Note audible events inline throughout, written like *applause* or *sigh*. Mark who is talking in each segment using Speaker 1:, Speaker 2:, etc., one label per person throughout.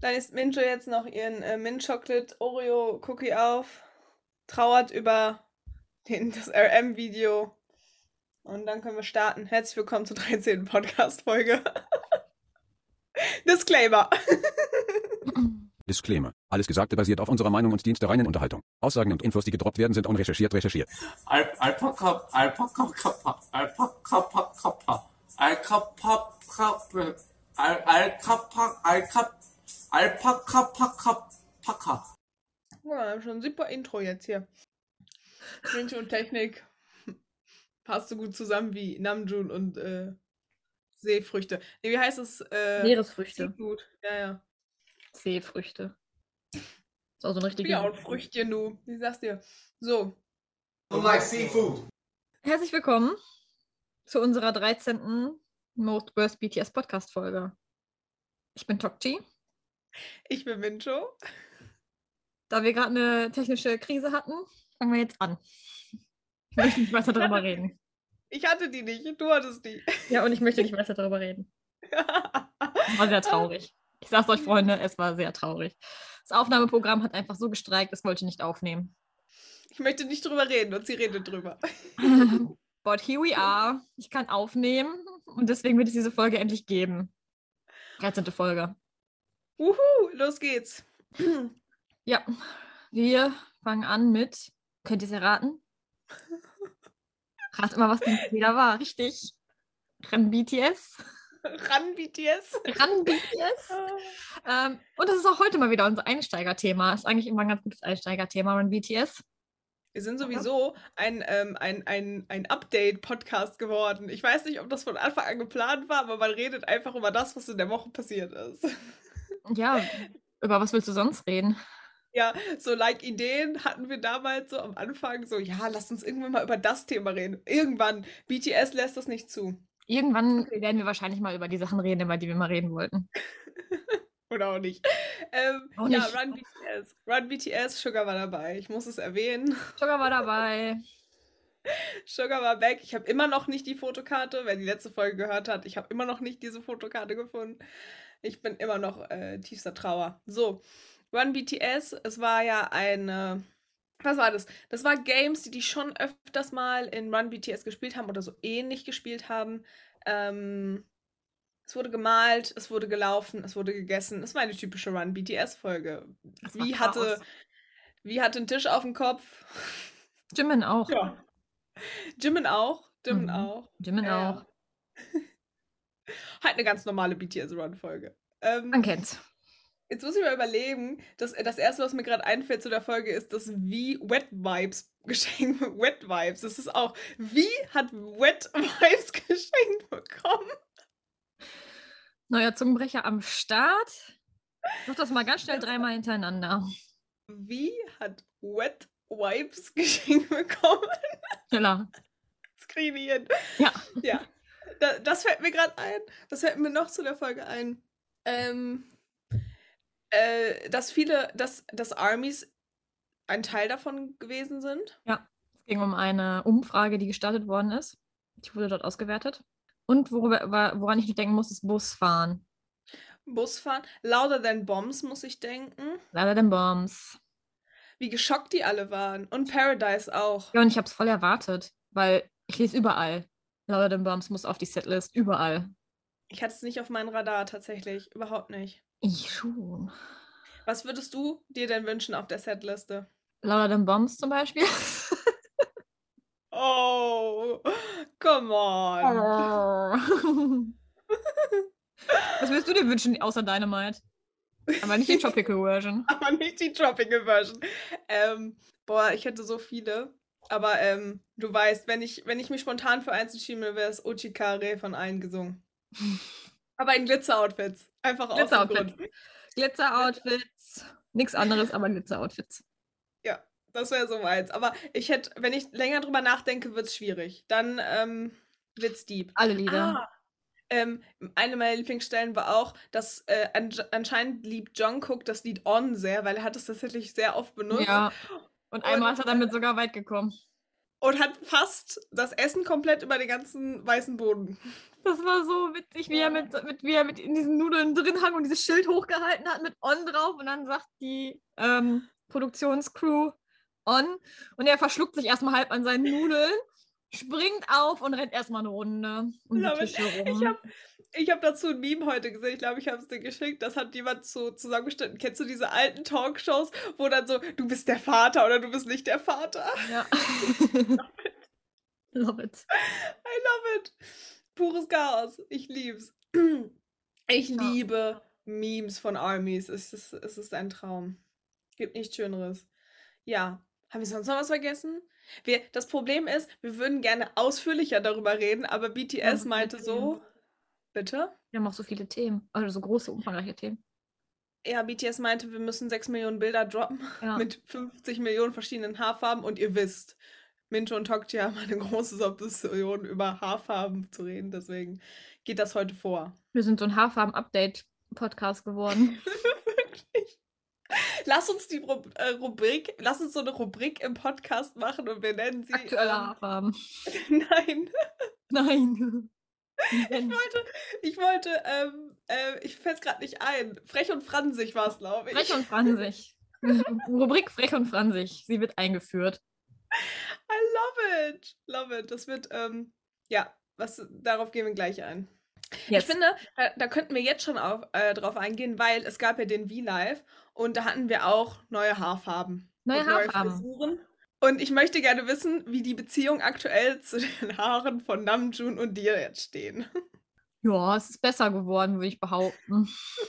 Speaker 1: Dann isst Mincho jetzt noch ihren äh, Mint Chocolate Oreo Cookie auf, trauert über den, *laughs* das RM-Video. Und dann können wir starten. Herzlich willkommen zur 13. Podcast-Folge. *laughs* Disclaimer. *laughs*
Speaker 2: Disclaimer. Alles Gesagte basiert auf unserer Meinung und Dienst der reinen Unterhaltung. Aussagen und Infos, die gedroppt werden, sind unrecherchiert recherchiert.
Speaker 3: Al Alpaka, Alpaka, Kappa, Alpaka, Kappa, Alkapa, Kappa, Al Alkapa, Alkap, Alpaka, Paka, Paka.
Speaker 1: Guck mal, wir haben schon ein super Intro jetzt hier. Mincho und Technik *laughs* passt so gut zusammen wie Namjoon und äh, Seefrüchte. Nee, wie heißt es? Äh,
Speaker 4: Meeresfrüchte,
Speaker 1: Seafood. Ja, ja.
Speaker 4: Seefrüchte. Ist auch so ein
Speaker 1: Ja,
Speaker 4: richtiger.
Speaker 1: und Früchtchen, du. Wie sagst dir? So,
Speaker 5: Unlike seafood.
Speaker 4: Herzlich willkommen zu unserer 13. Most Worst BTS Podcast Folge. Ich bin Tokchi.
Speaker 1: ich bin Mincho.
Speaker 4: Da wir gerade eine technische Krise hatten, fangen wir jetzt an. Ich möchte nicht weiter darüber reden.
Speaker 1: Ich hatte die nicht, du hattest die.
Speaker 4: Ja, und ich möchte nicht weiter darüber reden. Es war sehr traurig. Ich sag's euch, Freunde, es war sehr traurig. Das Aufnahmeprogramm hat einfach so gestreikt, es wollte nicht aufnehmen.
Speaker 1: Ich möchte nicht drüber reden und sie redet drüber.
Speaker 4: *laughs* But here we are. Ich kann aufnehmen und deswegen wird es diese Folge endlich geben. 13. Folge.
Speaker 1: Wuhu, los geht's. *clears throat*
Speaker 4: Ja, wir fangen an mit. Könnt ihr es erraten? Rat mal, was denn wieder war. Richtig. Ran BTS.
Speaker 1: Ran
Speaker 4: *laughs*
Speaker 1: BTS.
Speaker 4: Ran BTS. Ähm, und das ist auch heute mal wieder unser Einsteigerthema. Ist eigentlich immer ein ganz gutes Einsteigerthema, Run BTS.
Speaker 1: Wir sind sowieso ein, ähm, ein, ein, ein Update-Podcast geworden. Ich weiß nicht, ob das von Anfang an geplant war, aber man redet einfach über das, was in der Woche passiert ist. *laughs*
Speaker 4: Ja, über was willst du sonst reden?
Speaker 1: Ja, so like Ideen hatten wir damals so am Anfang so, ja, lasst uns irgendwann mal über das Thema reden. Irgendwann. BTS lässt das nicht zu.
Speaker 4: Irgendwann werden wir wahrscheinlich mal über die Sachen reden, über die wir mal reden wollten.
Speaker 1: Oder auch nicht. Ähm,
Speaker 4: Auch
Speaker 1: ja,
Speaker 4: nicht.
Speaker 1: Run BTS. Run BTS, Sugar war dabei. Ich muss es erwähnen.
Speaker 4: Sugar war dabei.
Speaker 1: Sugar war back. Ich habe immer noch nicht die Fotokarte. Wer die letzte Folge gehört hat, ich habe immer noch nicht diese Fotokarte gefunden. Ich bin immer noch äh, tiefster Trauer. So, Run BTS, es war ja eine. Was war das? Das war Games, die die schon öfters mal in Run BTS gespielt haben oder so ähnlich gespielt haben. Ähm, es wurde gemalt, es wurde gelaufen, es wurde gegessen. Es war eine typische Run BTS-Folge.
Speaker 4: Das war
Speaker 1: Wie
Speaker 4: Chaos.
Speaker 1: hatte, wie hatte ein Tisch auf dem Kopf?
Speaker 4: Jimin auch.
Speaker 1: Ja. Jimin auch. Jimin
Speaker 4: Mhm.
Speaker 1: auch.
Speaker 4: Jimin
Speaker 1: Ja, ja.
Speaker 4: auch.
Speaker 1: *laughs* Halt eine ganz normale BTS-Run-Folge. Ähm,
Speaker 4: Man kennt's.
Speaker 1: Jetzt muss ich mal überlegen, dass das erste, was mir gerade einfällt zu der Folge, ist das wie Wet Vibes geschenkt. *laughs* Wet Vibes. Das ist auch. Wie hat Wet *laughs* Vibes geschenkt bekommen?
Speaker 4: Neuer Zungenbrecher am Start. Mach das mal ganz schnell dreimal hintereinander.
Speaker 1: Wie hat Wet Vibes geschenkt bekommen?
Speaker 4: Schneller.
Speaker 1: Das kriege ich hin.
Speaker 4: Ja.
Speaker 1: Ja, da, das fällt mir gerade ein. Das fällt mir noch zu der Folge ein. Ähm, äh, dass viele, dass, dass Armies ein Teil davon gewesen sind.
Speaker 4: Es ging um eine Umfrage, die gestartet worden ist. Die wurde dort ausgewertet. Und worüber, wa- woran ich noch denken muss, ist Busfahren.
Speaker 1: Busfahren. Louder than Bombs, muss ich denken.
Speaker 4: Leider den Bombs.
Speaker 1: Wie geschockt die alle waren. Und Paradise auch.
Speaker 4: Ja, und ich habe es voll erwartet, weil ich lese überall. Leider den Bombs muss auf die Setlist. Überall.
Speaker 1: Ich hatte es nicht auf meinem Radar tatsächlich. Überhaupt nicht.
Speaker 4: Ich schon.
Speaker 1: Was würdest du dir denn wünschen auf der Setliste?
Speaker 4: Leider den Bombs zum Beispiel. *laughs*
Speaker 1: Oh, come
Speaker 4: Oh.
Speaker 1: on.
Speaker 4: *laughs* Was Oh. würdest du dir wünschen, außer Dynamite? Aber *laughs* nicht die Tropical Version.
Speaker 1: *laughs* aber nicht die Tropical Version. Ähm, boah, ich hätte so viele. Aber ähm, du weißt, wenn ich, wenn ich mich spontan für eins entschieden hätte, wäre es Ochikare von allen gesungen. Aber in Glitzer-Outfits. Einfach aus dem
Speaker 4: Glitzer-Outfits.
Speaker 1: Grund.
Speaker 4: Glitzer-Outfits. Nichts anderes, aber Glitzer-Outfits.
Speaker 1: Das wäre so meins. Aber ich hätte, wenn ich länger drüber nachdenke, wird es schwierig. Dann ähm, wird's deep.
Speaker 4: Alle Lieder.
Speaker 1: Ah, ähm, eine meiner Lieblingsstellen war auch, dass äh, ange- anscheinend liebt Jungkook das Lied On sehr, weil er hat es tatsächlich sehr oft benutzt.
Speaker 4: Oh, ja. Und einmal
Speaker 1: Und-
Speaker 4: ist er damit sogar weit gekommen.
Speaker 1: und hat fast das Essen komplett über den ganzen weißen Boden.
Speaker 4: Das war so witzig, wie er mit, mit, wie er mit in diesen Nudeln drin hang und dieses Schild hochgehalten hat mit On drauf und dann sagt die ähm, Produktionscrew On und er verschluckt sich erstmal halb an seinen Nudeln, springt auf und rennt erstmal eine Runde um die
Speaker 1: Love it.
Speaker 4: Tische rum.
Speaker 1: Ich habe ich hab dazu ein Meme heute gesehen. Ich glaube, ich habe es dir geschickt. Das hat jemand so zusammengestellt. Kennst du diese alten Talkshows, wo dann so, du bist der Vater oder du bist nicht der Vater?
Speaker 4: *laughs* Ja. Love it.
Speaker 1: I love it. Pures Chaos. Ich lieb's. *clears throat* Ich
Speaker 4: Ja.
Speaker 1: liebe Memes von Armies. Es ist, es ist ein Traum. Gibt nichts Schöneres. Ja. Haben wir sonst noch was vergessen? Wir, das Problem ist, wir würden gerne ausführlicher darüber reden, aber BTS
Speaker 4: so
Speaker 1: meinte
Speaker 4: viele
Speaker 1: so. Bitte?
Speaker 4: Wir haben auch so viele Themen, also so große, umfangreiche Themen.
Speaker 1: Ja, BTS meinte, wir müssen 6 Millionen Bilder droppen
Speaker 4: Ja.
Speaker 1: mit 50 Millionen verschiedenen Haarfarben und ihr wisst, Mincho und Tokti haben eine große Obsession über Haarfarben zu reden, deswegen geht das heute vor.
Speaker 4: Wir sind so ein Haarfarben-Update-Podcast *laughs* geworden.
Speaker 1: Wirklich. Lass uns die Ru äh, Rubrik, lass uns so eine Rubrik im Podcast machen und wir nennen sie
Speaker 4: Aktuelle
Speaker 1: ähm,
Speaker 4: Haarfarben.
Speaker 1: *laughs* Nein,
Speaker 4: *laughs* Nein. Wenn-
Speaker 1: ich wollte, ähm, äh, ich fällt es gerade nicht ein. Frech und franzig war es, glaube ich.
Speaker 4: Frech und Fransig. Rubrik Frech und Fransig. Sie wird eingeführt.
Speaker 1: I love it, love it. Das wird, ähm, ja, was, darauf gehen wir gleich ein. Ich finde, da, da könnten wir jetzt schon auf, äh, drauf eingehen, weil es gab ja den V-Live und da hatten wir auch neue Haarfarben.
Speaker 4: Neue
Speaker 1: und
Speaker 4: Haarfarben.
Speaker 1: Neue Frisuren. Und ich möchte gerne wissen, wie die Beziehung aktuell zu den Haaren von Namjoon und dir jetzt stehen.
Speaker 4: ja, es ist besser geworden, würde ich behaupten. *laughs*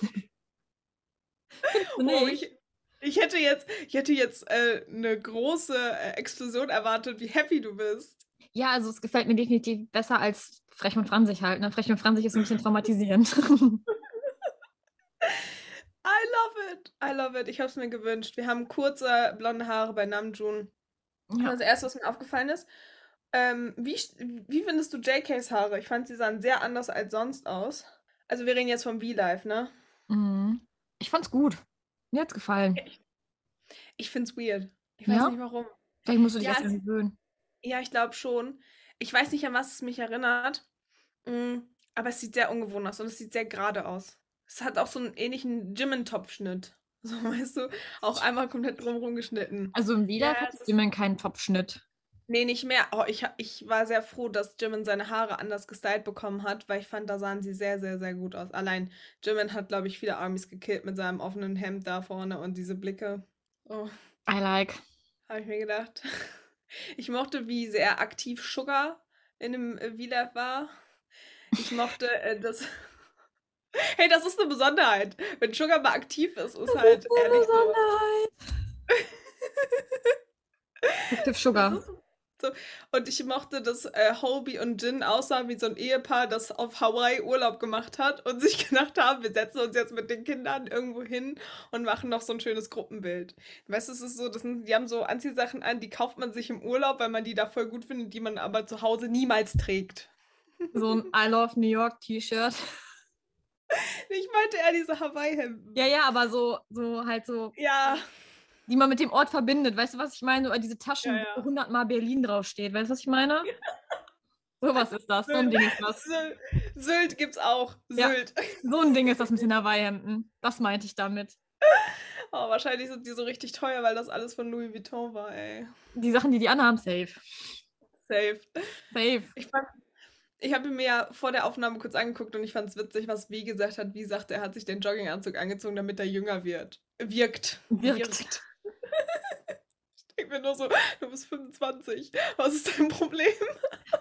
Speaker 4: Findest du
Speaker 1: Oh,
Speaker 4: nicht?
Speaker 1: ich, ich hätte jetzt, ich hätte jetzt äh, eine große äh, Explosion erwartet, wie happy du bist.
Speaker 4: ja, also es gefällt mir definitiv besser als Frech und Fransig halt. Ne? Frech und Fransig ist ein bisschen traumatisierend.
Speaker 1: I love it, I love it. Ich habe es mir gewünscht. Wir haben kurze blonde Haare bei Namjoon.
Speaker 4: ja.
Speaker 1: Das erste, was mir aufgefallen ist, ähm, wie, sch- wie findest du JKs Haare? Ich fand, sie sahen sehr anders als sonst aus. Also wir reden jetzt vom V-Live, ne?
Speaker 4: Mhm. Ich fand's gut. Mir hat's gefallen.
Speaker 1: Ich find's weird. Ich weiß
Speaker 4: Ja?
Speaker 1: nicht warum.
Speaker 4: Vielleicht musst du dich
Speaker 1: Ja,
Speaker 4: erst
Speaker 1: es-
Speaker 4: erstmal gewöhnen.
Speaker 1: Ja, ich glaube schon. Ich weiß nicht, an was es mich erinnert. Mm, aber es sieht sehr ungewohnt aus und es sieht sehr gerade aus. Es hat auch so einen ähnlichen Jimin-Top-Schnitt. *laughs* So, weißt du, auch einmal komplett drumherum geschnitten.
Speaker 4: Also im Wieder
Speaker 1: Ja,
Speaker 4: ja,
Speaker 1: es
Speaker 4: hat
Speaker 1: ist-
Speaker 4: Jimin keinen Top-Schnitt.
Speaker 1: Nee, nicht mehr. Oh, ich, ha- ich war sehr froh, dass Jimin seine Haare anders gestylt bekommen hat, weil ich fand, da sahen sie sehr, sehr, sehr gut aus. Allein Jimin hat, glaube ich, viele Armys gekillt mit seinem offenen Hemd da vorne und diese Blicke. Oh,
Speaker 4: I like.
Speaker 1: habe ich mir gedacht. *laughs* Ich mochte, wie sehr aktiv Sugar in dem äh, V-Live war. Ich mochte, äh, dass. *laughs* Hey, das ist eine Besonderheit. Wenn Sugar mal aktiv ist, ist halt ehrlich so. *laughs*
Speaker 4: Active Sugar.
Speaker 1: Und ich mochte, dass äh, Hobie und Jin aussahen wie so ein Ehepaar, das auf Hawaii Urlaub gemacht hat und *laughs* sich gedacht haben, wir setzen uns jetzt mit den Kindern irgendwo hin und machen noch so ein schönes Gruppenbild. Weißt du, es ist so, das sind, die haben so Anziehsachen an, die kauft man sich im Urlaub, weil man die da voll gut findet, die man aber zu Hause niemals trägt.
Speaker 4: So ein I Love New York T-Shirt.
Speaker 1: Ich meinte eher diese Hawaii-Hemden.
Speaker 4: Ja, ja, aber so, so halt so,
Speaker 1: Ja,
Speaker 4: die man mit dem Ort verbindet. Weißt du, was ich meine? Oder diese Taschen,
Speaker 1: Ja, ja.
Speaker 4: wo 100 Mal Berlin draufsteht. Weißt du, was ich meine? So was ist das. So ein Ding ist das.
Speaker 1: Sylt, Sylt gibt's auch.
Speaker 4: Ja.
Speaker 1: Sylt.
Speaker 4: So ein Ding ist das mit den Hawaii-Hemden. Das meinte ich damit.
Speaker 1: Oh, wahrscheinlich sind die so richtig teuer, weil das alles von Louis Vuitton war, ey.
Speaker 4: Die Sachen, die die anhaben, safe.
Speaker 1: Safe.
Speaker 4: Safe.
Speaker 1: Ich, fand- ich habe mir ja vor der Aufnahme kurz angeguckt und ich fand es witzig, was Wie gesagt hat. Wie sagt, er hat sich den Jogginganzug angezogen, damit er jünger wird. Wirkt. *laughs*
Speaker 4: Wirkt.
Speaker 1: Ich denke mir nur so, du bist 25. Was ist dein Problem?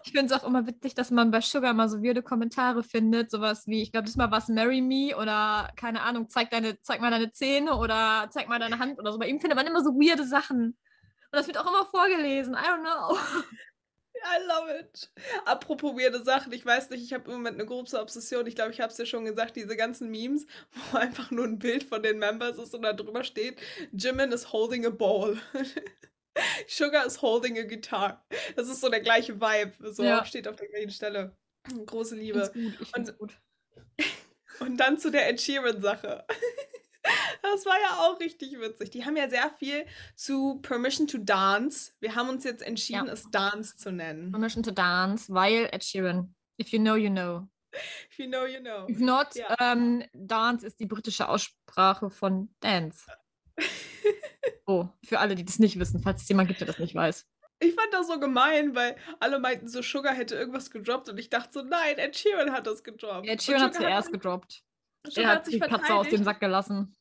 Speaker 4: Ich finde es auch immer witzig, dass man bei Sugar mal so weirde Kommentare findet. Sowas wie, ich glaube, diesmal war es Marry Me oder keine Ahnung, zeig, deine, zeig mal deine Zähne oder zeig mal deine Hand oder so. Bei ihm findet man immer so weirde Sachen. Und das wird auch immer vorgelesen. I don't know.
Speaker 1: I love it. Apropos weirde Sachen, ich weiß nicht, ich habe im Moment eine große Obsession. Ich glaube, ich habe es dir schon gesagt, diese ganzen Memes, *laughs* wo einfach nur ein Bild von den Members ist und da drüber steht, Jimin is holding a ball. *laughs* Sugar is holding a guitar. Das ist so der gleiche Vibe, so
Speaker 4: Ja.
Speaker 1: steht auf der gleichen Stelle. Große
Speaker 4: Ich find's
Speaker 1: Liebe.
Speaker 4: gut. Ich find's gut.
Speaker 1: Und dann zu der Ed Sheeran-Sache. *laughs* Das war ja auch richtig witzig. Die haben ja sehr viel zu Permission to Dance. Wir haben uns jetzt entschieden,
Speaker 4: Ja.
Speaker 1: es Dance zu nennen.
Speaker 4: Permission to Dance, weil Ed Sheeran. If you know, you know.
Speaker 1: If you know, you know.
Speaker 4: If not,
Speaker 1: Ja.
Speaker 4: ähm, Dance ist die britische Aussprache von
Speaker 1: *laughs*
Speaker 4: Dance. Oh, für alle, die das nicht wissen, falls es jemand gibt, der das nicht weiß.
Speaker 1: Ich fand das so gemein, weil alle meinten so, Sugar hätte irgendwas gedroppt und ich dachte so, nein, Ed Sheeran hat das gedroppt.
Speaker 4: Ed Sheeran hat
Speaker 1: Und Sugar
Speaker 4: zuerst
Speaker 1: sich-
Speaker 4: gedroppt.
Speaker 1: Sugar
Speaker 4: Er hat die Katze aus dem
Speaker 1: verteidigt.
Speaker 4: Sack gelassen.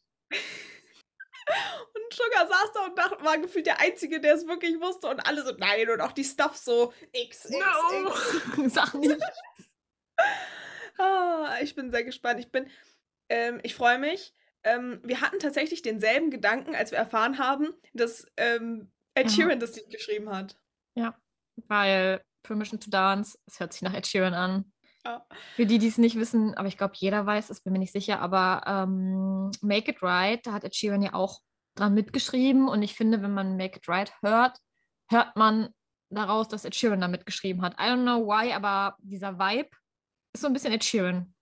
Speaker 1: Und Sugar saß da und dacht- war gefühlt der Einzige, der es wirklich wusste. Und alle so, nein. Und auch die Stuff so, x, x, x.
Speaker 4: *laughs* Sag nicht.
Speaker 1: Ah, ich bin sehr gespannt. Ich bin, ähm, ich freue mich. Ähm, wir hatten tatsächlich denselben Gedanken, als wir erfahren haben, dass ähm, Ed
Speaker 4: Mhm.
Speaker 1: Sheeran das Lied geschrieben hat.
Speaker 4: Weil Permission to Dance, es hört sich nach Ed Sheeran an.
Speaker 1: Ja.
Speaker 4: Für die, die es nicht wissen, aber ich glaube, jeder weiß es, bin mir nicht sicher, aber ähm, Make It Right, da hat Ed Sheeran ja auch dran mitgeschrieben und ich finde, wenn man Make It Right hört, hört man daraus, dass Ed Sheeran da mitgeschrieben hat. I don't know why, aber dieser Vibe ist so ein bisschen Ed Sheeran.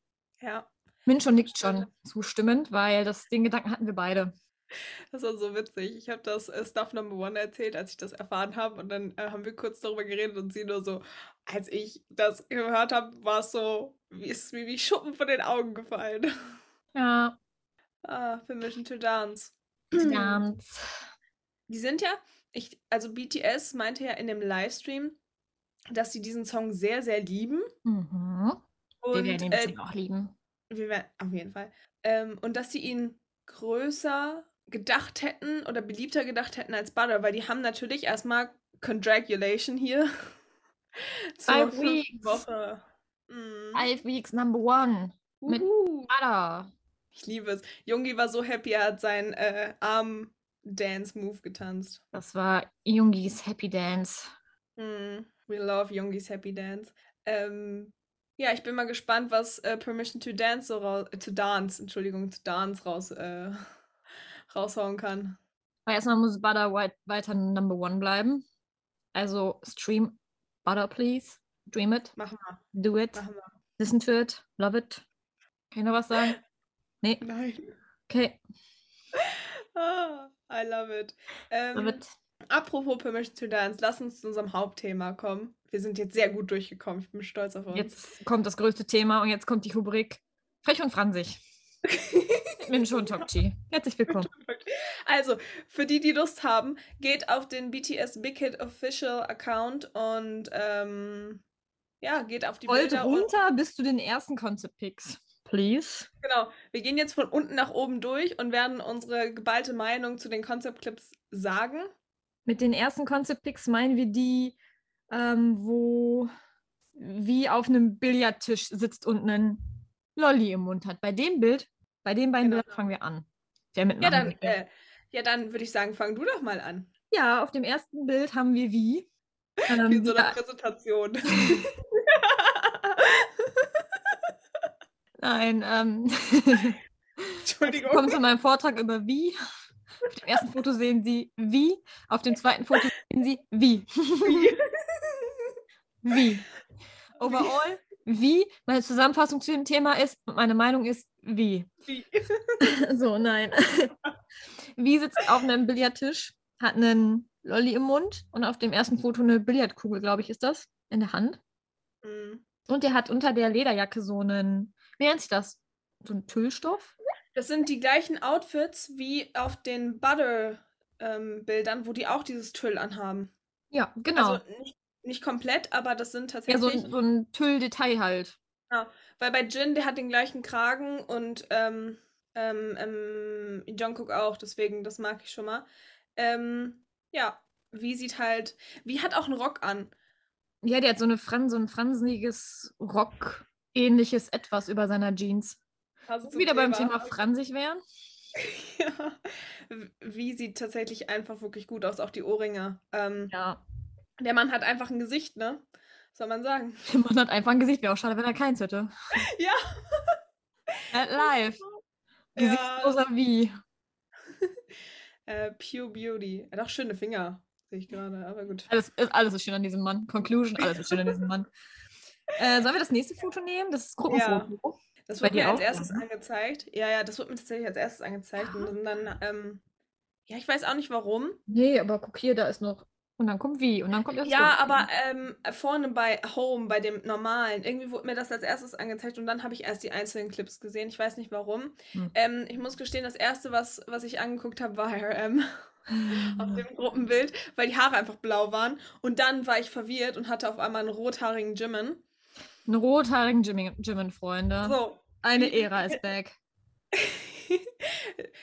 Speaker 1: Ja,
Speaker 4: Minch und nickt
Speaker 1: Stimmt.
Speaker 4: schon zustimmend, weil das, den Gedanken hatten wir beide.
Speaker 1: das war so witzig. Ich habe das äh, Stuff Number One erzählt, als ich das erfahren habe. Und dann äh, haben wir kurz darüber geredet und sie nur so, als ich das gehört habe, war es so, wie ist mir wie Schuppen von den Augen gefallen. *laughs*
Speaker 4: Ja,
Speaker 1: ah, Permission to Dance.
Speaker 4: Dance.
Speaker 1: Die sind ja, ich, also BTS meinte ja in dem Livestream, dass sie diesen Song sehr, sehr lieben.
Speaker 4: Mhm. Wir
Speaker 1: Und
Speaker 4: werden den
Speaker 1: äh,
Speaker 4: Song auch lieben.
Speaker 1: wir werden, auf jeden Fall. Ähm, und dass sie ihn größer gedacht hätten oder beliebter gedacht hätten als Butter, weil die haben natürlich erstmal Congratulation hier. *laughs* zur
Speaker 4: Five
Speaker 1: fünften
Speaker 4: weeks.
Speaker 1: Woche. Mhm.
Speaker 4: Five Weeks Number One. mit-
Speaker 1: Uhu.
Speaker 4: Ada.
Speaker 1: Ich liebe es. Jungi war so happy, er hat seinen äh, Arm-Dance-Move getanzt.
Speaker 4: Das war Jungis Happy Dance.
Speaker 1: Mm, we love Youngis Happy Dance. Ähm, ja, ich bin mal gespannt, was äh, Permission to Dance so raus, äh, to Dance, Entschuldigung, to Dance raus, äh, *laughs* raushauen kann.
Speaker 4: Aber erstmal muss Butter weit- weiter Number One bleiben. Also stream Butter, please. Dream it.
Speaker 1: Machen wir,
Speaker 4: Do it.
Speaker 1: machen wir.
Speaker 4: Listen to it. Love it. Kann ich noch
Speaker 1: *laughs*
Speaker 4: was sagen? Nee.
Speaker 1: Nein.
Speaker 4: Okay.
Speaker 1: *laughs* Ah, I love it.
Speaker 4: Love
Speaker 1: Ähm,
Speaker 4: it.
Speaker 1: apropos Permission to Dance, lass uns zu unserem Hauptthema kommen. Wir sind jetzt sehr gut durchgekommen. Ich bin stolz auf uns.
Speaker 4: Jetzt kommt das größte Thema und jetzt kommt die Rubrik Frech und Fransig. Mit Mincho und Tokchi. Herzlich willkommen.
Speaker 1: *laughs* Also, für die, die Lust haben, geht auf den BTS Big Hit Official Account und ähm, ja, geht auf die
Speaker 4: Rollt
Speaker 1: Bilder und
Speaker 4: runter bis zu den ersten Concept Picks. Please.
Speaker 1: Genau, wir gehen jetzt von unten nach oben durch und werden unsere geballte Meinung zu den Concept Clips sagen.
Speaker 4: Mit den ersten Concept Picks meinen wir die, ähm, wo wie auf einem Billardtisch sitzt und einen Lolli im Mund hat. Bei dem Bild, bei den beiden
Speaker 1: Genau.
Speaker 4: Bildern fangen wir an. Der mit
Speaker 1: Ja,
Speaker 4: Namen
Speaker 1: dann, äh,
Speaker 4: beginnt.
Speaker 1: ja, dann würde ich sagen, fang du doch mal an.
Speaker 4: ja, auf dem ersten Bild haben wir wie.
Speaker 1: Wie
Speaker 4: Ähm,
Speaker 1: in so einer
Speaker 4: wieder,
Speaker 1: Präsentation.
Speaker 4: *laughs* nein, ähm, *laughs*
Speaker 1: Entschuldigung.
Speaker 4: kommen zu meinem Vortrag über wie. Auf dem ersten Foto sehen sie wie, auf dem zweiten Foto sehen sie wie. Wie. Overall, wie. Meine Zusammenfassung zu dem Thema ist, und meine Meinung ist, wie.
Speaker 1: Wie?
Speaker 4: *laughs* So, nein. *laughs* Wie sitzt auf einem Billardtisch, hat einen Lolli im Mund und auf dem ersten Foto eine Billardkugel, glaube ich, ist das, in der Hand.
Speaker 1: *laughs* Mm.
Speaker 4: Und der hat unter der Lederjacke so einen, wie nennt sich das? So einen Tüllstoff?
Speaker 1: Das sind die gleichen Outfits wie auf den Butter-Bildern, wo die auch dieses Tüll anhaben.
Speaker 4: Ja, genau.
Speaker 1: Also nicht, nicht komplett, aber das sind
Speaker 4: ja, so
Speaker 1: tatsächlich.
Speaker 4: ein, so ein Tülldetail halt.
Speaker 1: Weil bei Jin, der hat den gleichen Kragen und ähm, ähm, ähm, Jungkook auch, deswegen, das mag ich schon mal. Ähm, ja, wie sieht halt, wie hat auch einen Rock an.
Speaker 4: Ja, der hat so, eine Fran so ein fransiges Rock-ähnliches Etwas über seiner Jeans.
Speaker 1: Also
Speaker 4: Wo wir wieder beim Thema fransig wären.
Speaker 1: *laughs* Ja. Wie sieht tatsächlich einfach wirklich gut aus, auch die Ohrringe. Ähm,
Speaker 4: Ja.
Speaker 1: Der Mann hat einfach ein Gesicht, ne? Soll man sagen.
Speaker 4: *laughs* Der Mann hat einfach ein Gesicht. Wäre auch schade, wenn er keins hätte.
Speaker 1: *laughs*
Speaker 4: *laughs*
Speaker 1: Ja.
Speaker 4: At live.
Speaker 1: Ja.
Speaker 4: Gesichtsloser wie.
Speaker 1: Äh, Pure Beauty. Er hat auch schöne Finger, sehe ich gerade, aber gut.
Speaker 4: Alles ist, alles ist schön an diesem
Speaker 1: *laughs*
Speaker 4: Mann. Conclusion, alles ist schön an diesem Mann. Äh, sollen wir das nächste Foto nehmen? Das ist Gruppenfoto.
Speaker 1: Das
Speaker 4: Bei
Speaker 1: wurde mir
Speaker 4: dir
Speaker 1: als
Speaker 4: auch,
Speaker 1: erstes
Speaker 4: ja, ne?
Speaker 1: angezeigt. Ja, ja, das wurde mir tatsächlich als erstes angezeigt. Und dann, ähm, ja, ich weiß auch nicht warum.
Speaker 4: Nee, aber guck hier, da ist noch. Und dann kommt wie? Und dann kommt das.
Speaker 1: Ja,
Speaker 4: Dumm.
Speaker 1: aber ähm, vorne bei Home, bei dem normalen, irgendwie wurde mir das als erstes angezeigt und dann habe ich erst die einzelnen Clips gesehen. Ich weiß nicht warum.
Speaker 4: Hm.
Speaker 1: Ähm, ich muss gestehen, das erste, was, was ich angeguckt habe, war ähm, RM auf dem Gruppenbild, weil die Haare einfach blau waren. Und dann war ich verwirrt und hatte auf einmal einen rothaarigen Jimin.
Speaker 4: Einen rothaarigen Jimin, Jimin Freunde.
Speaker 1: So,
Speaker 4: Eine Ära ist back.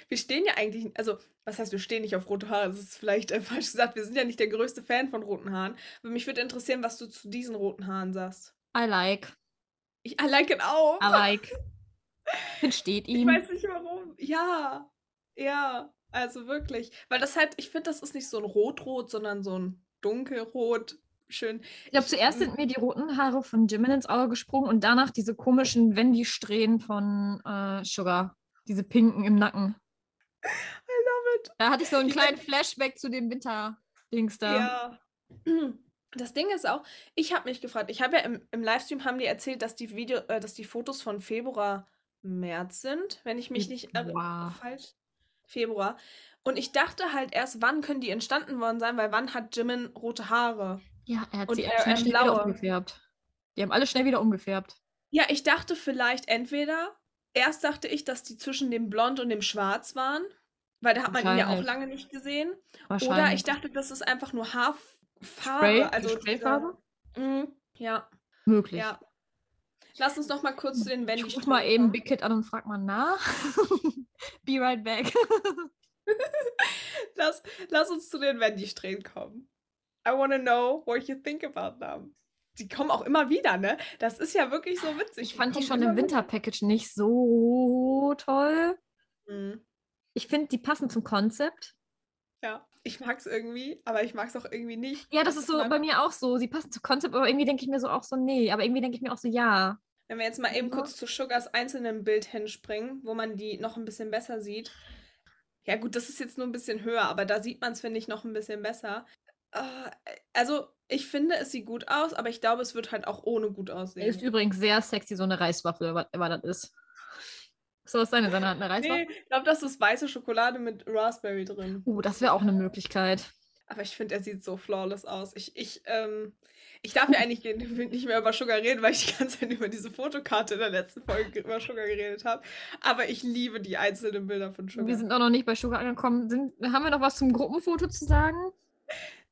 Speaker 1: wir stehen ja eigentlich, also was heißt, wir stehen nicht auf rote Haare, das ist vielleicht äh, *laughs* falsch gesagt, wir sind ja nicht der größte Fan von roten Haaren, aber mich würde interessieren, was du zu diesen roten Haaren sagst.
Speaker 4: I like.
Speaker 1: Ich I like it auch. *laughs*
Speaker 4: I like. Entsteht
Speaker 1: ich
Speaker 4: ihm.
Speaker 1: weiß nicht warum. Ja, ja, also wirklich, weil das halt, ich finde, das ist nicht so ein rotrot, sondern so ein dunkelrot, schön.
Speaker 4: Ich glaube, zuerst sind mir die roten Haare von Jimin ins Auge gesprungen und danach diese komischen Wendy-Strähnen von äh, Sugar. Diese pinken im Nacken.
Speaker 1: I love it.
Speaker 4: Da hatte ich so einen
Speaker 1: Die
Speaker 4: kleinen Flashback zu dem Winter-Dings da.
Speaker 1: Ja. *clears throat* Das Ding ist auch, ich habe mich gefragt, ich habe ja im, im Livestream haben die erzählt, dass die Video, äh, dass die Fotos von Februar, März sind, wenn ich
Speaker 4: Hm,
Speaker 1: mich nicht irre.
Speaker 4: Februar.
Speaker 1: Falsch. Februar. Und ich dachte halt erst, wann können die entstanden worden sein, weil wann hat Jimin rote Haare?
Speaker 4: Ja, er hat
Speaker 1: Und
Speaker 4: sie
Speaker 1: er-
Speaker 4: alle
Speaker 1: er
Speaker 4: schnell, schnell wieder
Speaker 1: blaue.
Speaker 4: umgefärbt. Die haben alle schnell wieder umgefärbt.
Speaker 1: Ja, ich dachte vielleicht entweder, erst dachte ich, dass die zwischen dem Blond und dem Schwarz waren, weil da hat man ihn ja auch
Speaker 4: Wahrscheinlich.
Speaker 1: lange nicht gesehen.
Speaker 4: Wahrscheinlich.
Speaker 1: Oder ich dachte, das ist einfach nur
Speaker 4: Spray,
Speaker 1: Haarfarbe. Also
Speaker 4: die
Speaker 1: dieser-
Speaker 4: Sprayfarbe?
Speaker 1: Mm, ja.
Speaker 4: Möglich.
Speaker 1: Ja. Lass uns noch mal kurz zu den Wendy
Speaker 4: ich ruf mal
Speaker 1: Strömen
Speaker 4: eben
Speaker 1: kommen.
Speaker 4: Big Kid an und frag mal nach. *laughs* Be right back.
Speaker 1: *laughs* Lass, lass uns zu den Wendy Strähnen kommen. I wanna know what you think about them. Die kommen auch immer wieder, ne? Das ist ja wirklich so witzig.
Speaker 4: Also Ich fand die
Speaker 1: kommen
Speaker 4: schon im
Speaker 1: immer wieder.
Speaker 4: Winter-Package nicht so toll.
Speaker 1: Mhm.
Speaker 4: Ich finde, die passen zum Konzept.
Speaker 1: Ja, ich mag's irgendwie, aber ich mag's auch irgendwie nicht.
Speaker 4: Ja, das ist so
Speaker 1: mein-
Speaker 4: bei mir auch so. Sie passen zum Konzept, aber irgendwie denke ich mir so auch so, nee. Aber irgendwie denke ich mir auch so, ja.
Speaker 1: Wenn wir jetzt mal eben kurz zu Sugars einzelnen Bild hinspringen, wo man die noch ein bisschen besser sieht. Ja, gut, das ist jetzt nur ein bisschen höher, aber da sieht man es, finde ich, noch ein bisschen besser. Ah, Also, ich finde, es sieht gut aus, aber ich glaube, es wird halt auch ohne gut aussehen.
Speaker 4: Er ist übrigens sehr sexy, so eine Reiswaffel, was immer das ist. So ist seine, seine Hand, eine Reiswaffel.
Speaker 1: Nee, ich glaube, das ist weiße Schokolade mit Raspberry drin.
Speaker 4: Uh, das wäre auch eine Möglichkeit.
Speaker 1: Aber ich finde, er sieht so flawless aus. Ich, ich, ähm, ich darf ja eigentlich gen- nicht mehr über Sugar reden, weil ich die ganze Zeit *laughs* über diese Fotokarte in der letzten Folge über Sugar geredet habe. Aber ich liebe die einzelnen Bilder von Sugar.
Speaker 4: Wir sind auch noch nicht bei Sugar angekommen. Sind, haben wir noch was zum Gruppenfoto zu sagen?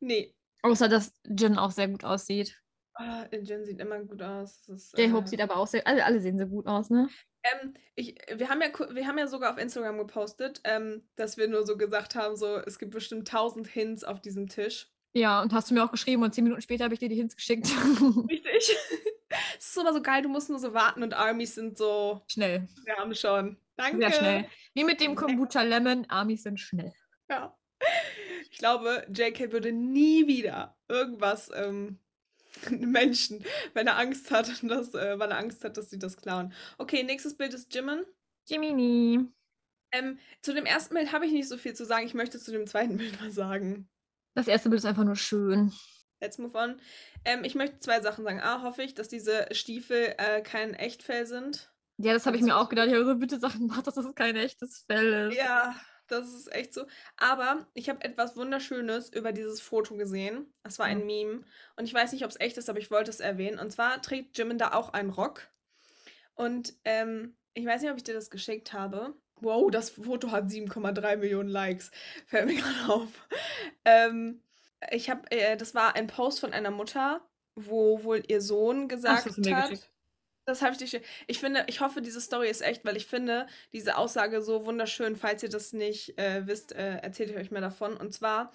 Speaker 1: nee,
Speaker 4: Außer, dass Jin auch sehr gut aussieht.
Speaker 1: Ah, der Jin sieht immer gut aus. Das ist,
Speaker 4: J-Hope
Speaker 1: äh,
Speaker 4: sieht aber auch sehr, alle, alle sehen so gut aus, ne?
Speaker 1: Ähm, ich, wir, haben ja, ku- wir haben ja sogar auf Instagram gepostet, ähm, dass wir nur so gesagt haben, so, es gibt bestimmt tausend Hints auf diesem Tisch.
Speaker 4: Ja, und hast du mir auch geschrieben und zehn Minuten später habe ich dir die Hints geschickt. *laughs*
Speaker 1: Richtig. *laughs* Es ist aber so geil, du musst nur so warten und Armies sind so,
Speaker 4: schnell,
Speaker 1: wir haben schon. Danke.
Speaker 4: sehr schnell. Wie mit dem Kombucha Lemon, Amis sind schnell.
Speaker 1: Ja. Ich glaube, JK würde nie wieder irgendwas ähm, *laughs* Menschen, wenn er Angst hat, dass, äh, weil er Angst hat, dass sie das klauen. Okay, nächstes Bild ist Jimin.
Speaker 4: Jiminy.
Speaker 1: Ähm, zu dem ersten Bild habe ich nicht so viel zu sagen. Ich möchte zu dem zweiten *laughs* Bild was sagen.
Speaker 4: Das erste Bild ist einfach nur schön.
Speaker 1: Let's move on. Ähm, ich möchte zwei Sachen sagen. A, hoffe ich, dass diese Stiefel äh, kein Echtfell sind.
Speaker 4: Ja, das habe Also ich
Speaker 1: Das
Speaker 4: mir
Speaker 1: ist-
Speaker 4: auch gedacht. Ich habe so, bitte sag mal, *laughs* dass das kein echtes Fell ist.
Speaker 1: Ja, das ist echt so. Aber ich habe etwas Wunderschönes über dieses Foto gesehen. Es war
Speaker 4: Mhm.
Speaker 1: ein Meme. Und ich weiß nicht, ob es echt ist, aber ich wollte es erwähnen. Und zwar trägt Jimin da auch einen Rock. Und ähm, ich weiß nicht, ob ich dir das geschickt habe. Wow, das Foto hat 7,3 Millionen Likes. Fällt mir *laughs* gerade auf. Ähm, ich habe, äh, das war ein Post von einer Mutter, wo wohl ihr Sohn
Speaker 4: das
Speaker 1: gesagt
Speaker 4: hast du mir
Speaker 1: hat.
Speaker 4: geschickt.
Speaker 1: Das habe ich dir geschickt. Ich finde, ich hoffe, diese Story ist echt, weil ich finde diese Aussage so wunderschön. Falls ihr das nicht äh, wisst, äh, erzähle ich euch mal davon. Und zwar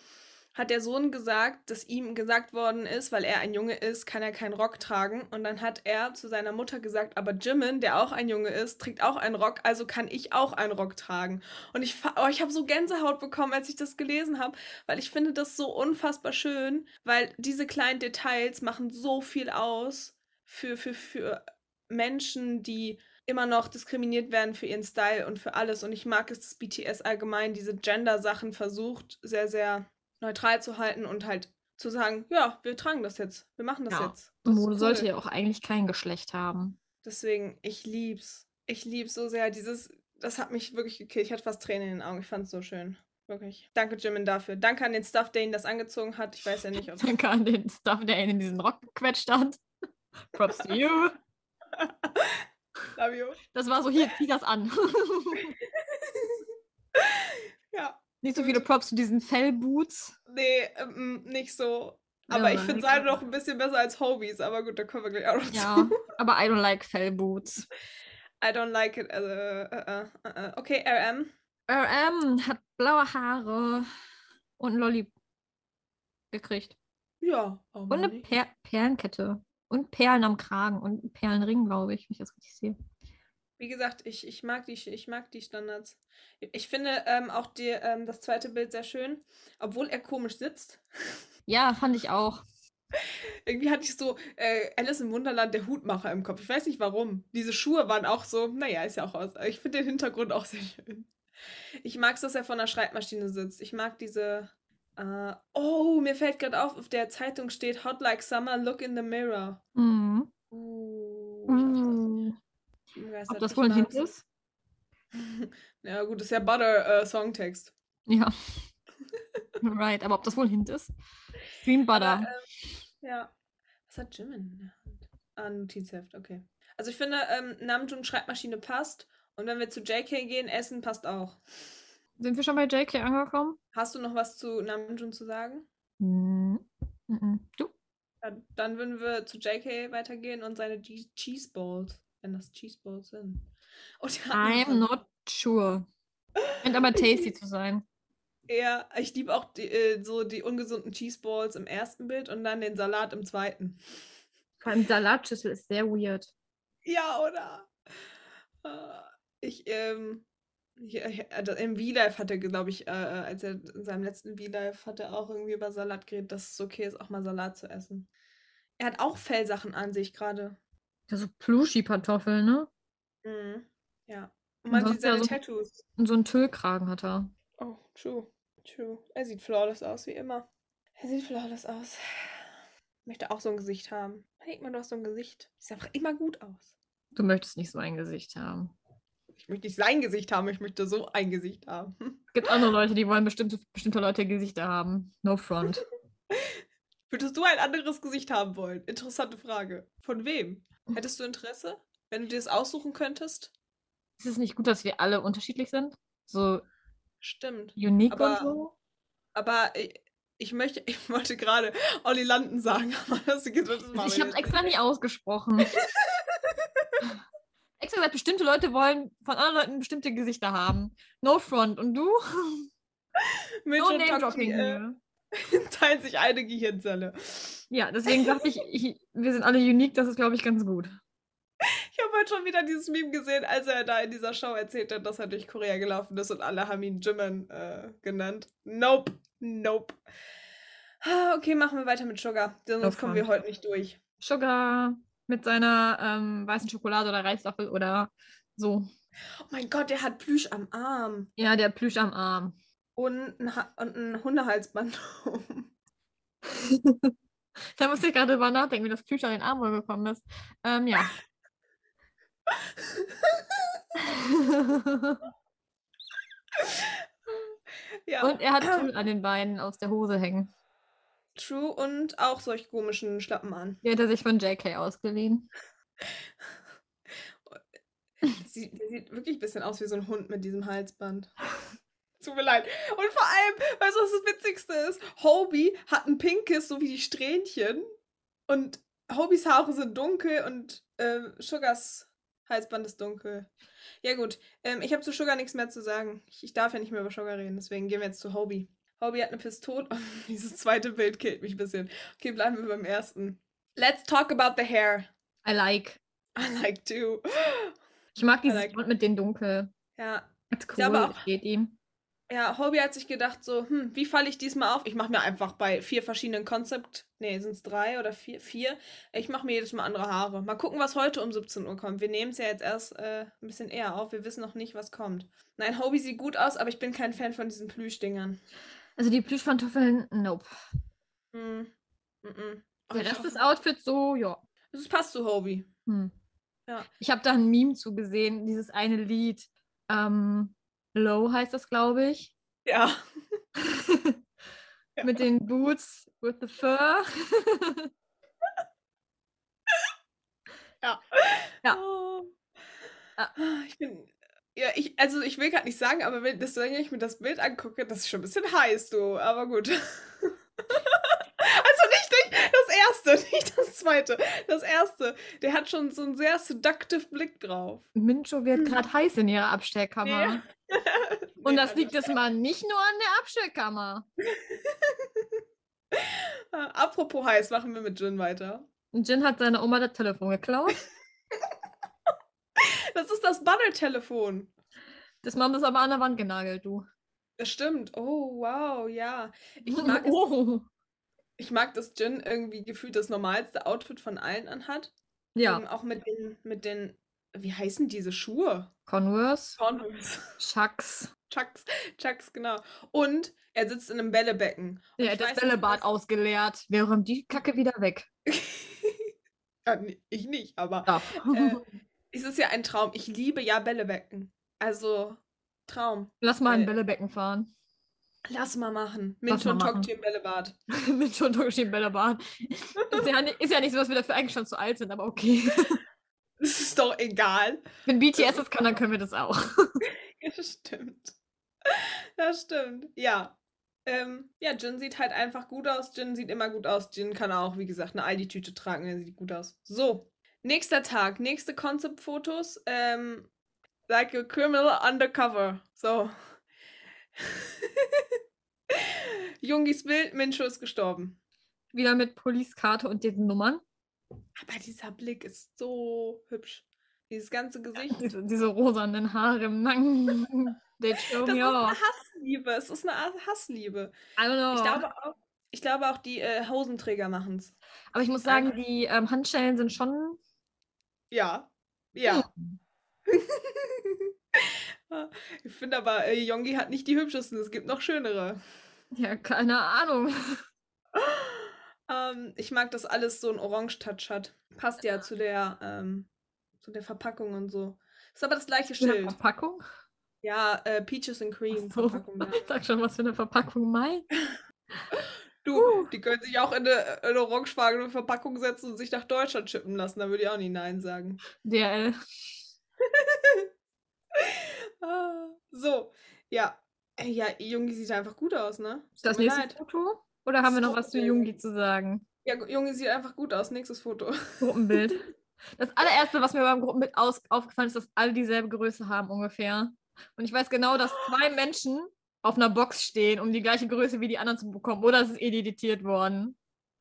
Speaker 1: hat der Sohn gesagt, dass ihm gesagt worden ist, weil er ein Junge ist, kann er keinen Rock tragen. Und dann hat er zu seiner Mutter gesagt, aber Jimin, der auch ein Junge ist, trägt auch einen Rock, also kann ich auch einen Rock tragen. Und ich, fa- oh, ich habe so Gänsehaut bekommen, als ich das gelesen habe, weil ich finde das so unfassbar schön, weil diese kleinen Details machen so viel aus für, für, für Menschen, die immer noch diskriminiert werden für ihren Style und für alles. Und ich mag es, dass BTS allgemein diese Gender-Sachen versucht, sehr, sehr neutral zu halten und halt zu sagen, ja, wir tragen das jetzt, wir machen das
Speaker 4: Ja.
Speaker 1: jetzt. Das ist
Speaker 4: Mode sollte
Speaker 1: cool.
Speaker 4: ja auch eigentlich kein Geschlecht haben. *laughs*
Speaker 1: Deswegen, ich lieb's. Ich liebe so sehr dieses, das hat mich wirklich gekillt. Ich hatte fast Tränen in den Augen. Ich fand es so schön. Wirklich. Danke, Jimin, dafür. Danke an den Stuff, der ihn das angezogen hat. Ich weiß ja nicht, ob.
Speaker 4: *laughs* Danke an den Stuff, der ihn in diesen Rock gequetscht hat. *laughs* Props to you.
Speaker 1: Love you.
Speaker 4: Das war so, hier, zieh das an. *laughs*
Speaker 1: Ja.
Speaker 4: Nicht so viele Props zu diesen Fellboots.
Speaker 1: Nee, ähm, nicht so.
Speaker 4: Ja,
Speaker 1: Aber ich finde
Speaker 4: nicht
Speaker 1: seine
Speaker 4: so.
Speaker 1: noch ein bisschen besser als Hobies. Aber gut, da kommen wir gleich auch noch zu.
Speaker 4: Ja, *laughs* aber I don't like Fellboots.
Speaker 1: I don't like it. Also, äh, äh, äh, okay, RM.
Speaker 4: RM hat blaue Haare und ein Lolli gekriegt.
Speaker 1: Ja. warum
Speaker 4: Und eine
Speaker 1: nicht?
Speaker 4: per Perlenkette. Und Perlen am Kragen und einen Perlenring, glaube ich, wenn ich das richtig sehe.
Speaker 1: Wie gesagt, ich, ich, mag, die, ich mag die Standards. Ich finde ähm, auch die, ähm, das zweite Bild sehr schön, obwohl er komisch sitzt.
Speaker 4: Ja, fand ich auch.
Speaker 1: Irgendwie hatte ich so äh, Alice im Wunderland, der Hutmacher im Kopf. Ich weiß nicht warum. Diese Schuhe waren auch so, naja, ist ja auch aus. Ich finde den Hintergrund auch sehr schön. Ich mag es, dass er vor einer Schreibmaschine sitzt. Ich mag diese. Äh, oh, mir fällt gerade auf, auf der Zeitung steht Hot Like Summer, Look in the Mirror.
Speaker 4: Mhm.
Speaker 1: Uh,
Speaker 4: Mhm.
Speaker 1: ich bin begeistert.
Speaker 4: Ob das
Speaker 1: Ich
Speaker 4: wohl ein Hint
Speaker 1: mag's.
Speaker 4: ist?
Speaker 1: Ja, gut, ist ja äh, Butter-Songtext.
Speaker 4: Ja. *laughs* right, aber ob das wohl ein Hint *laughs* ist? Dream Butter.
Speaker 1: ähm, Ja. Was hat Jim in der Hand? Ah, ein Notizheft, okay. Also ich finde, ähm, Namjoon Schreibmaschine passt. Und wenn wir zu JK gehen, Essen passt auch.
Speaker 4: Sind wir schon bei JK angekommen?
Speaker 1: Hast du noch was zu Namjoon zu sagen?
Speaker 4: Mhm. Mhm. Du?
Speaker 1: Ja, dann würden wir zu JK weitergehen und seine G Cheese Balls, wenn das Cheese Balls sind. *laughs* Und die hatten
Speaker 4: I'm
Speaker 1: von-
Speaker 4: not sure. Scheint *laughs* aber tasty zu sein.
Speaker 1: Ja, ich liebe auch die, äh, so die ungesunden Cheese Balls im ersten Bild und dann den Salat im zweiten.
Speaker 4: Vor allem Salatschüssel ist sehr weird.
Speaker 1: Ja, oder? Äh, Ich, ähm, hier, hier, also im V-Live hat er, glaube ich, äh, als er in seinem letzten V-Live hat er auch irgendwie über Salat geredet, dass es okay ist, auch mal Salat zu essen. Er hat auch Fellsachen an sich gerade.
Speaker 4: Ja, so Plushi-Kartoffeln, ne?
Speaker 1: Mhm. Ja. Und man
Speaker 4: Und
Speaker 1: sieht
Speaker 4: sonst ja
Speaker 1: seine
Speaker 4: so-
Speaker 1: Tattoos.
Speaker 4: Und so einen Tüllkragen hat er.
Speaker 1: Oh, true. True. Er sieht flawless aus, wie immer. Er sieht flawless aus. Ich möchte auch so ein Gesicht haben. Legt man doch so ein Gesicht. Sieht einfach immer gut aus.
Speaker 4: Du möchtest nicht so ein Gesicht haben.
Speaker 1: Ich möchte nicht sein Gesicht haben, ich möchte so ein Gesicht haben. *laughs*
Speaker 4: Es gibt andere Leute, die wollen bestimmte, bestimmte Leute Gesichter haben. No front. *laughs*
Speaker 1: Würdest du ein anderes Gesicht haben wollen? Interessante Frage. Von wem? Hättest du Interesse, wenn du dir das aussuchen könntest?
Speaker 4: Ist es nicht gut, dass wir alle unterschiedlich sind? So
Speaker 1: Stimmt.
Speaker 4: unique
Speaker 1: Aber-
Speaker 4: und so?
Speaker 1: Aber ich, ich möchte, *laughs* ich wollte gerade Olli Landen sagen, *laughs* aber das geht das machen wir
Speaker 4: Also Ich habe
Speaker 1: jetzt
Speaker 4: extra nicht ausgesprochen. extra gesagt, bestimmte Leute wollen von anderen Leuten bestimmte Gesichter haben. No front. Und du?
Speaker 1: nicht. Mitch
Speaker 4: No
Speaker 1: und Toxi
Speaker 4: name-dropping
Speaker 1: äh,
Speaker 4: hier.
Speaker 1: *laughs* teilen sich eine Gehirnzelle.
Speaker 4: Ja, deswegen dachte ich, ich, wir sind alle unique. Das ist, glaube ich, ganz gut.
Speaker 1: Ich habe heute schon wieder dieses Meme gesehen, als er da in dieser Show erzählt hat, dass er durch Korea gelaufen ist und alle haben ihn Jimin äh, genannt. Nope, nope. Ah, Okay, machen wir weiter mit Sugar, sonst
Speaker 4: Auf
Speaker 1: kommen wir
Speaker 4: Fall.
Speaker 1: heute nicht durch.
Speaker 4: Sugar mit seiner ähm, weißen Schokolade oder Reiswaffel oder so.
Speaker 1: Oh mein Gott, der hat Plüsch am Arm.
Speaker 4: Ja, der Plüsch am Arm.
Speaker 1: Und ein, Ha- und ein Hundehalsband *laughs* um.
Speaker 4: Da musste ich gerade drüber nachdenken, wie das Plüsch an den Arm wohl gekommen ist. Ähm, ja. *laughs*
Speaker 1: Ja,
Speaker 4: Und er hat Tüll an den Beinen aus der Hose hängen.
Speaker 1: true und auch solch komischen Schlappen an.
Speaker 4: Die hat er sich von JK ausgeliehen.
Speaker 1: Sieht, der sieht wirklich ein bisschen aus wie so ein Hund mit diesem Halsband. *laughs* Tut mir leid. Und vor allem, weißt du, was das Witzigste ist? Hobie hat ein pinkes, so wie die Strähnchen. Und Hobies Haare sind dunkel und äh, Sugars Halsband ist dunkel. Ja, gut. Ähm, ich habe zu Sugar nichts mehr zu sagen. Ich, ich darf ja nicht mehr über Sugar reden, deswegen gehen wir jetzt zu Hobie. Hobie hat eine Pistole. *laughs* Dieses zweite Bild killt mich ein bisschen. Okay, bleiben wir beim ersten. Let's talk about the hair.
Speaker 4: I like.
Speaker 1: I like to.
Speaker 4: Ich mag dieses
Speaker 1: like.
Speaker 4: Bond mit den Dunkel.
Speaker 1: Ja,
Speaker 4: Ist cool,
Speaker 1: Ja, aber auch-
Speaker 4: steht ihm.
Speaker 1: Ja, Hobie hat sich gedacht so, hm, wie falle ich diesmal auf? Ich mache mir einfach bei vier verschiedenen Konzept, nee, sind es drei oder vier, vier. Ich mache mir jedes Mal andere Haare. Mal gucken, was heute um 17 Uhr kommt. Wir nehmen es ja jetzt erst äh, ein bisschen eher auf. Wir wissen noch nicht, was kommt. Nein, Hobie sieht gut aus, aber ich bin kein Fan von diesen Plüschdingern.
Speaker 4: Also die Plüschpantoffeln, nope.
Speaker 1: Hm. Mm -mm.
Speaker 4: Der Rest des Outfits so, ja.
Speaker 1: Das passt zu Hobie.
Speaker 4: Hm. Ich habe da ein Meme zu gesehen, dieses eine Lied. Ähm, Low heißt das, glaube ich.
Speaker 1: Ja.
Speaker 4: Mit den Boots with the fur. *laughs* Ja.
Speaker 1: Oh.
Speaker 4: Ja.
Speaker 1: ah, Ich bin. Ja, ich, also ich will gerade nicht sagen, aber wenn das, wenn ich mir das Bild angucke, das ist schon ein bisschen heiß, du. Aber gut. also nicht, nicht das erste, *laughs* nicht das zweite. Das erste. Der hat schon so einen sehr seductive Blick drauf.
Speaker 4: Mincho wird gerade heiß in ihrer Abstellkammer.
Speaker 1: Hm. Ja. Nee,
Speaker 4: Und das
Speaker 1: also-
Speaker 4: liegt jetzt mal nicht nur an der Abstellkammer.
Speaker 1: Äh, Apropos heiß, machen wir mit Jin weiter.
Speaker 4: Und Jin hat seiner Oma das Telefon geklaut.
Speaker 1: Das ist das Bubble-Telefon.
Speaker 4: Das Mom ist aber an der Wand genagelt, du.
Speaker 1: Das stimmt. Oh, wow, ja.
Speaker 4: *laughs*
Speaker 1: Ich mag, es,
Speaker 4: oh.
Speaker 1: ich mag, dass Jin irgendwie gefühlt das normalste Outfit von allen anhat.
Speaker 4: Ja,
Speaker 1: Ähm, auch mit den, mit den, wie heißen diese Schuhe?
Speaker 4: Converse,
Speaker 1: Converse.
Speaker 4: Chucks.
Speaker 1: *laughs* Chucks, Chucks, genau. Und er sitzt in einem Bällebecken. Und
Speaker 4: Ja,
Speaker 1: ich
Speaker 4: er hat das
Speaker 1: weiß nicht,
Speaker 4: Bällebad
Speaker 1: was-
Speaker 4: ausgeleert. Wir räumen um die Kacke wieder weg.
Speaker 1: Ah, nee, ich nicht, aber
Speaker 4: *laughs* Doch.
Speaker 1: Äh, es ist ja ein Traum. Ich liebe ja Bällebecken. Also, Traum.
Speaker 4: Lass mal
Speaker 1: äh,
Speaker 4: ein Bällebecken fahren.
Speaker 1: Lass mal machen. Minto
Speaker 4: Lass mal
Speaker 1: und
Speaker 4: machen.
Speaker 1: Talk Team Bällebad. *laughs*
Speaker 4: *laughs* Mit schon durchstehen Bällebad. Ist ja, nicht, ist ja nicht so, dass wir dafür eigentlich schon zu alt sind, aber okay. *laughs*
Speaker 1: Das ist doch egal.
Speaker 4: Wenn BTS das kann, dann können wir das auch.
Speaker 1: *laughs* Das stimmt. Das stimmt. Ja. Ähm, ja, Jin sieht halt einfach gut aus. Jin sieht immer gut aus. Jin kann auch, wie gesagt, eine Aldi-Tüte tragen. Er sieht gut aus. So. Nächster Tag. Nächste Concept-Fotos. Ähm, like a criminal undercover. So. *laughs* Jungis Bild. Minshu ist gestorben.
Speaker 4: Wieder mit Police-Karte und den Nummern.
Speaker 1: Aber dieser Blick ist so hübsch. Dieses ganze
Speaker 4: *laughs*
Speaker 1: Gesicht.
Speaker 4: Diese, diese rosanen Haare. *laughs* Mann. They show
Speaker 1: Das ist
Speaker 4: me
Speaker 1: eine
Speaker 4: off.
Speaker 1: Hassliebe. Es ist eine Art Hassliebe.
Speaker 4: I don't know.
Speaker 1: Ich glaube auch, ich glaube auch die äh, Hosenträger machen es.
Speaker 4: aber ich muss sagen, die ähm, Handschellen sind schon
Speaker 1: Ja. Ja. *laughs* ich finde aber, äh, Yongi hat nicht die hübschesten, es gibt noch schönere.
Speaker 4: Ja, keine Ahnung.
Speaker 1: Ähm, ich mag, dass alles so einen Orange-Touch hat. Passt ja zu der, ähm, zu der Verpackung und so. Ist aber das gleiche
Speaker 4: Für eine
Speaker 1: Schild.
Speaker 4: Verpackung?
Speaker 1: Ja, äh, Peaches and Cream
Speaker 4: Ach so.
Speaker 1: Verpackung. Ja.
Speaker 4: Ich *laughs* sag schon, was für eine Verpackung mein.
Speaker 1: Du, die können sich auch in eine, in eine orangefarbene Verpackung setzen und sich nach Deutschland schippen lassen. Da würde ich auch nie Nein sagen.
Speaker 4: DRL.
Speaker 1: Ah, So, ja. Äh, Ja, Jungi sieht einfach gut aus, ne? Es
Speaker 4: Das
Speaker 1: tut mir
Speaker 4: nächste
Speaker 1: leid.
Speaker 4: Foto? Oder haben wir noch was zu Jungi zu sagen?
Speaker 1: Ja, Gu- Jungi sieht einfach gut aus. Nächstes Foto. *laughs*
Speaker 4: Gruppenbild. *laughs* Das allererste, was mir beim Gruppenbild aus aufgefallen ist, dass alle dieselbe Größe haben ungefähr. Und ich weiß genau, dass zwei Menschen auf einer Box stehen, um die gleiche Größe wie die anderen zu bekommen. Oder es ist editiert worden.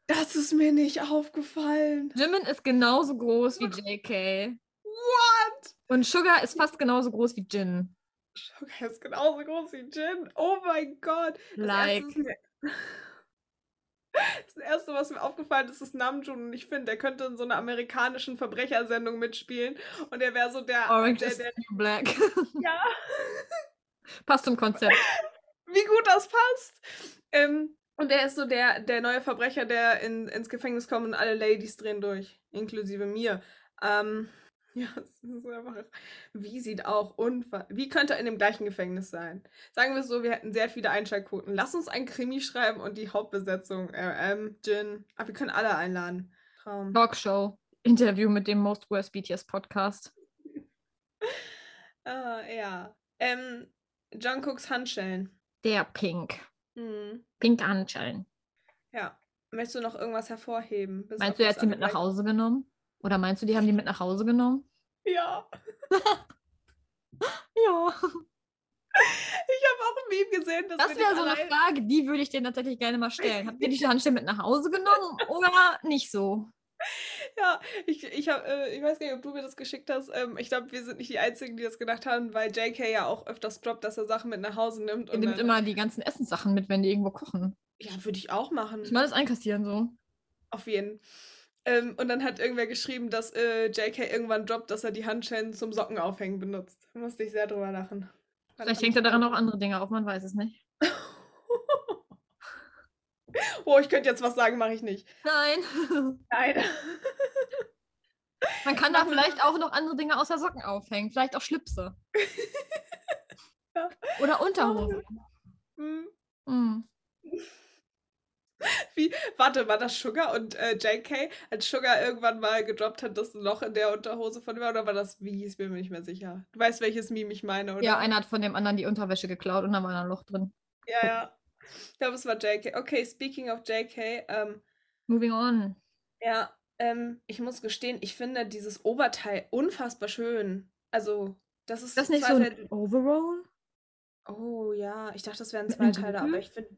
Speaker 1: Das ist mir nicht aufgefallen.
Speaker 4: Jimin ist genauso groß wie JK.
Speaker 1: What?
Speaker 4: Und Sugar ist fast genauso groß wie Jin.
Speaker 1: Sugar ist genauso groß wie Jin. Oh mein Gott. Das
Speaker 4: Like.
Speaker 1: Erste, was mir- *laughs* das Erste, was mir aufgefallen ist, ist Namjoon. Und ich finde, der könnte in so einer amerikanischen Verbrechersendung mitspielen. Und er wäre so der...
Speaker 4: Orange
Speaker 1: der,
Speaker 4: is the
Speaker 1: der
Speaker 4: new black. *laughs*
Speaker 1: ja.
Speaker 4: Passt zum Konzept.
Speaker 1: wie gut das passt. Ähm, und er ist so der, der neue Verbrecher, der in, ins Gefängnis kommt und alle Ladies drehen durch, inklusive mir. Ähm, *laughs* ja, es ist einfach. Wie sieht auch unver. Wie könnte er in dem gleichen Gefängnis sein? Sagen wir es so, wir hätten sehr viele Einschaltquoten. Lass uns einen Krimi schreiben und die Hauptbesetzung, RM, Jin. Aber wir können alle einladen. Traum.
Speaker 4: Talkshow. Interview mit dem Most Worst BTS Podcast.
Speaker 1: Ah, ja. Ähm, Jungkooks Handschellen.
Speaker 4: Der Pink.
Speaker 1: Hm.
Speaker 4: Pink Handschellen.
Speaker 1: Ja. Möchtest du noch irgendwas hervorheben? Bis auf
Speaker 4: Meinst du, er
Speaker 1: das
Speaker 4: hat sie mit nach
Speaker 1: Angeleierte-
Speaker 4: Hause genommen? Oder meinst du, die haben die mit nach Hause genommen?
Speaker 1: Ja.
Speaker 4: Ja.
Speaker 1: Ich habe auch ein Meme gesehen, dass
Speaker 4: Das
Speaker 1: wir nicht
Speaker 4: wäre so eine
Speaker 1: allein-
Speaker 4: Frage, die würde ich dir tatsächlich gerne mal stellen. Habt ihr
Speaker 1: *laughs*
Speaker 4: die Handschellen mit nach Hause genommen oder nicht so?
Speaker 1: Ja, ich, ich, hab, äh, ich weiß gar nicht, ob du mir das geschickt hast. Ähm, ich glaube, wir sind nicht die Einzigen, die das gedacht haben, weil JK ja auch öfters droppt, dass er Sachen mit nach Hause nimmt.
Speaker 4: Ihr
Speaker 1: Und
Speaker 4: nimmt
Speaker 1: dann,
Speaker 4: immer die ganzen Essenssachen mit, wenn die irgendwo kochen.
Speaker 1: ja, würde ich auch machen.
Speaker 4: Ich meine, das einkassieren so.
Speaker 1: Auf jeden. Ähm, und dann hat irgendwer geschrieben, dass äh, JK irgendwann droppt, dass er die Handschellen zum Sockenaufhängen benutzt. Da musste ich sehr drüber lachen. Fand
Speaker 4: Vielleicht
Speaker 1: ich
Speaker 4: hängt er daran auch
Speaker 1: cool.
Speaker 4: andere Dinge auf, man weiß es nicht.
Speaker 1: Oh, ich könnte jetzt was sagen, mache ich nicht.
Speaker 4: Nein.
Speaker 1: Nein.
Speaker 4: *laughs* Man kann da vielleicht auch noch andere Dinge außer Socken aufhängen. Vielleicht auch
Speaker 1: *laughs*
Speaker 4: Schlipse.
Speaker 1: Ja.
Speaker 4: Oder Unterhosen.
Speaker 1: *laughs* Hm.
Speaker 4: Hm.
Speaker 1: Wie, warte, war das Sugar und äh, JK, als Sugar irgendwann mal gedroppt hat, dass ein Loch in der Unterhose von ihm war, oder war das wie? Ich bin mir nicht mehr sicher. Du weißt, welches Meme ich meine, oder?
Speaker 4: Ja, einer hat von dem anderen die Unterwäsche geklaut und dann war da ein Loch drin.
Speaker 1: ja. ja. Ich glaube, es war JK. Okay, speaking of JK, ähm,
Speaker 4: Moving on.
Speaker 1: ja, ähm, ich muss gestehen, ich finde dieses Oberteil unfassbar schön. Also, das ist,
Speaker 4: Ist das nicht so
Speaker 1: zweiteilig-
Speaker 4: ein Overall?
Speaker 1: Oh ja, ich dachte, das wären
Speaker 4: Mit
Speaker 1: zwei
Speaker 4: einem
Speaker 1: Teile, aber
Speaker 4: Gürtel?
Speaker 1: ich finde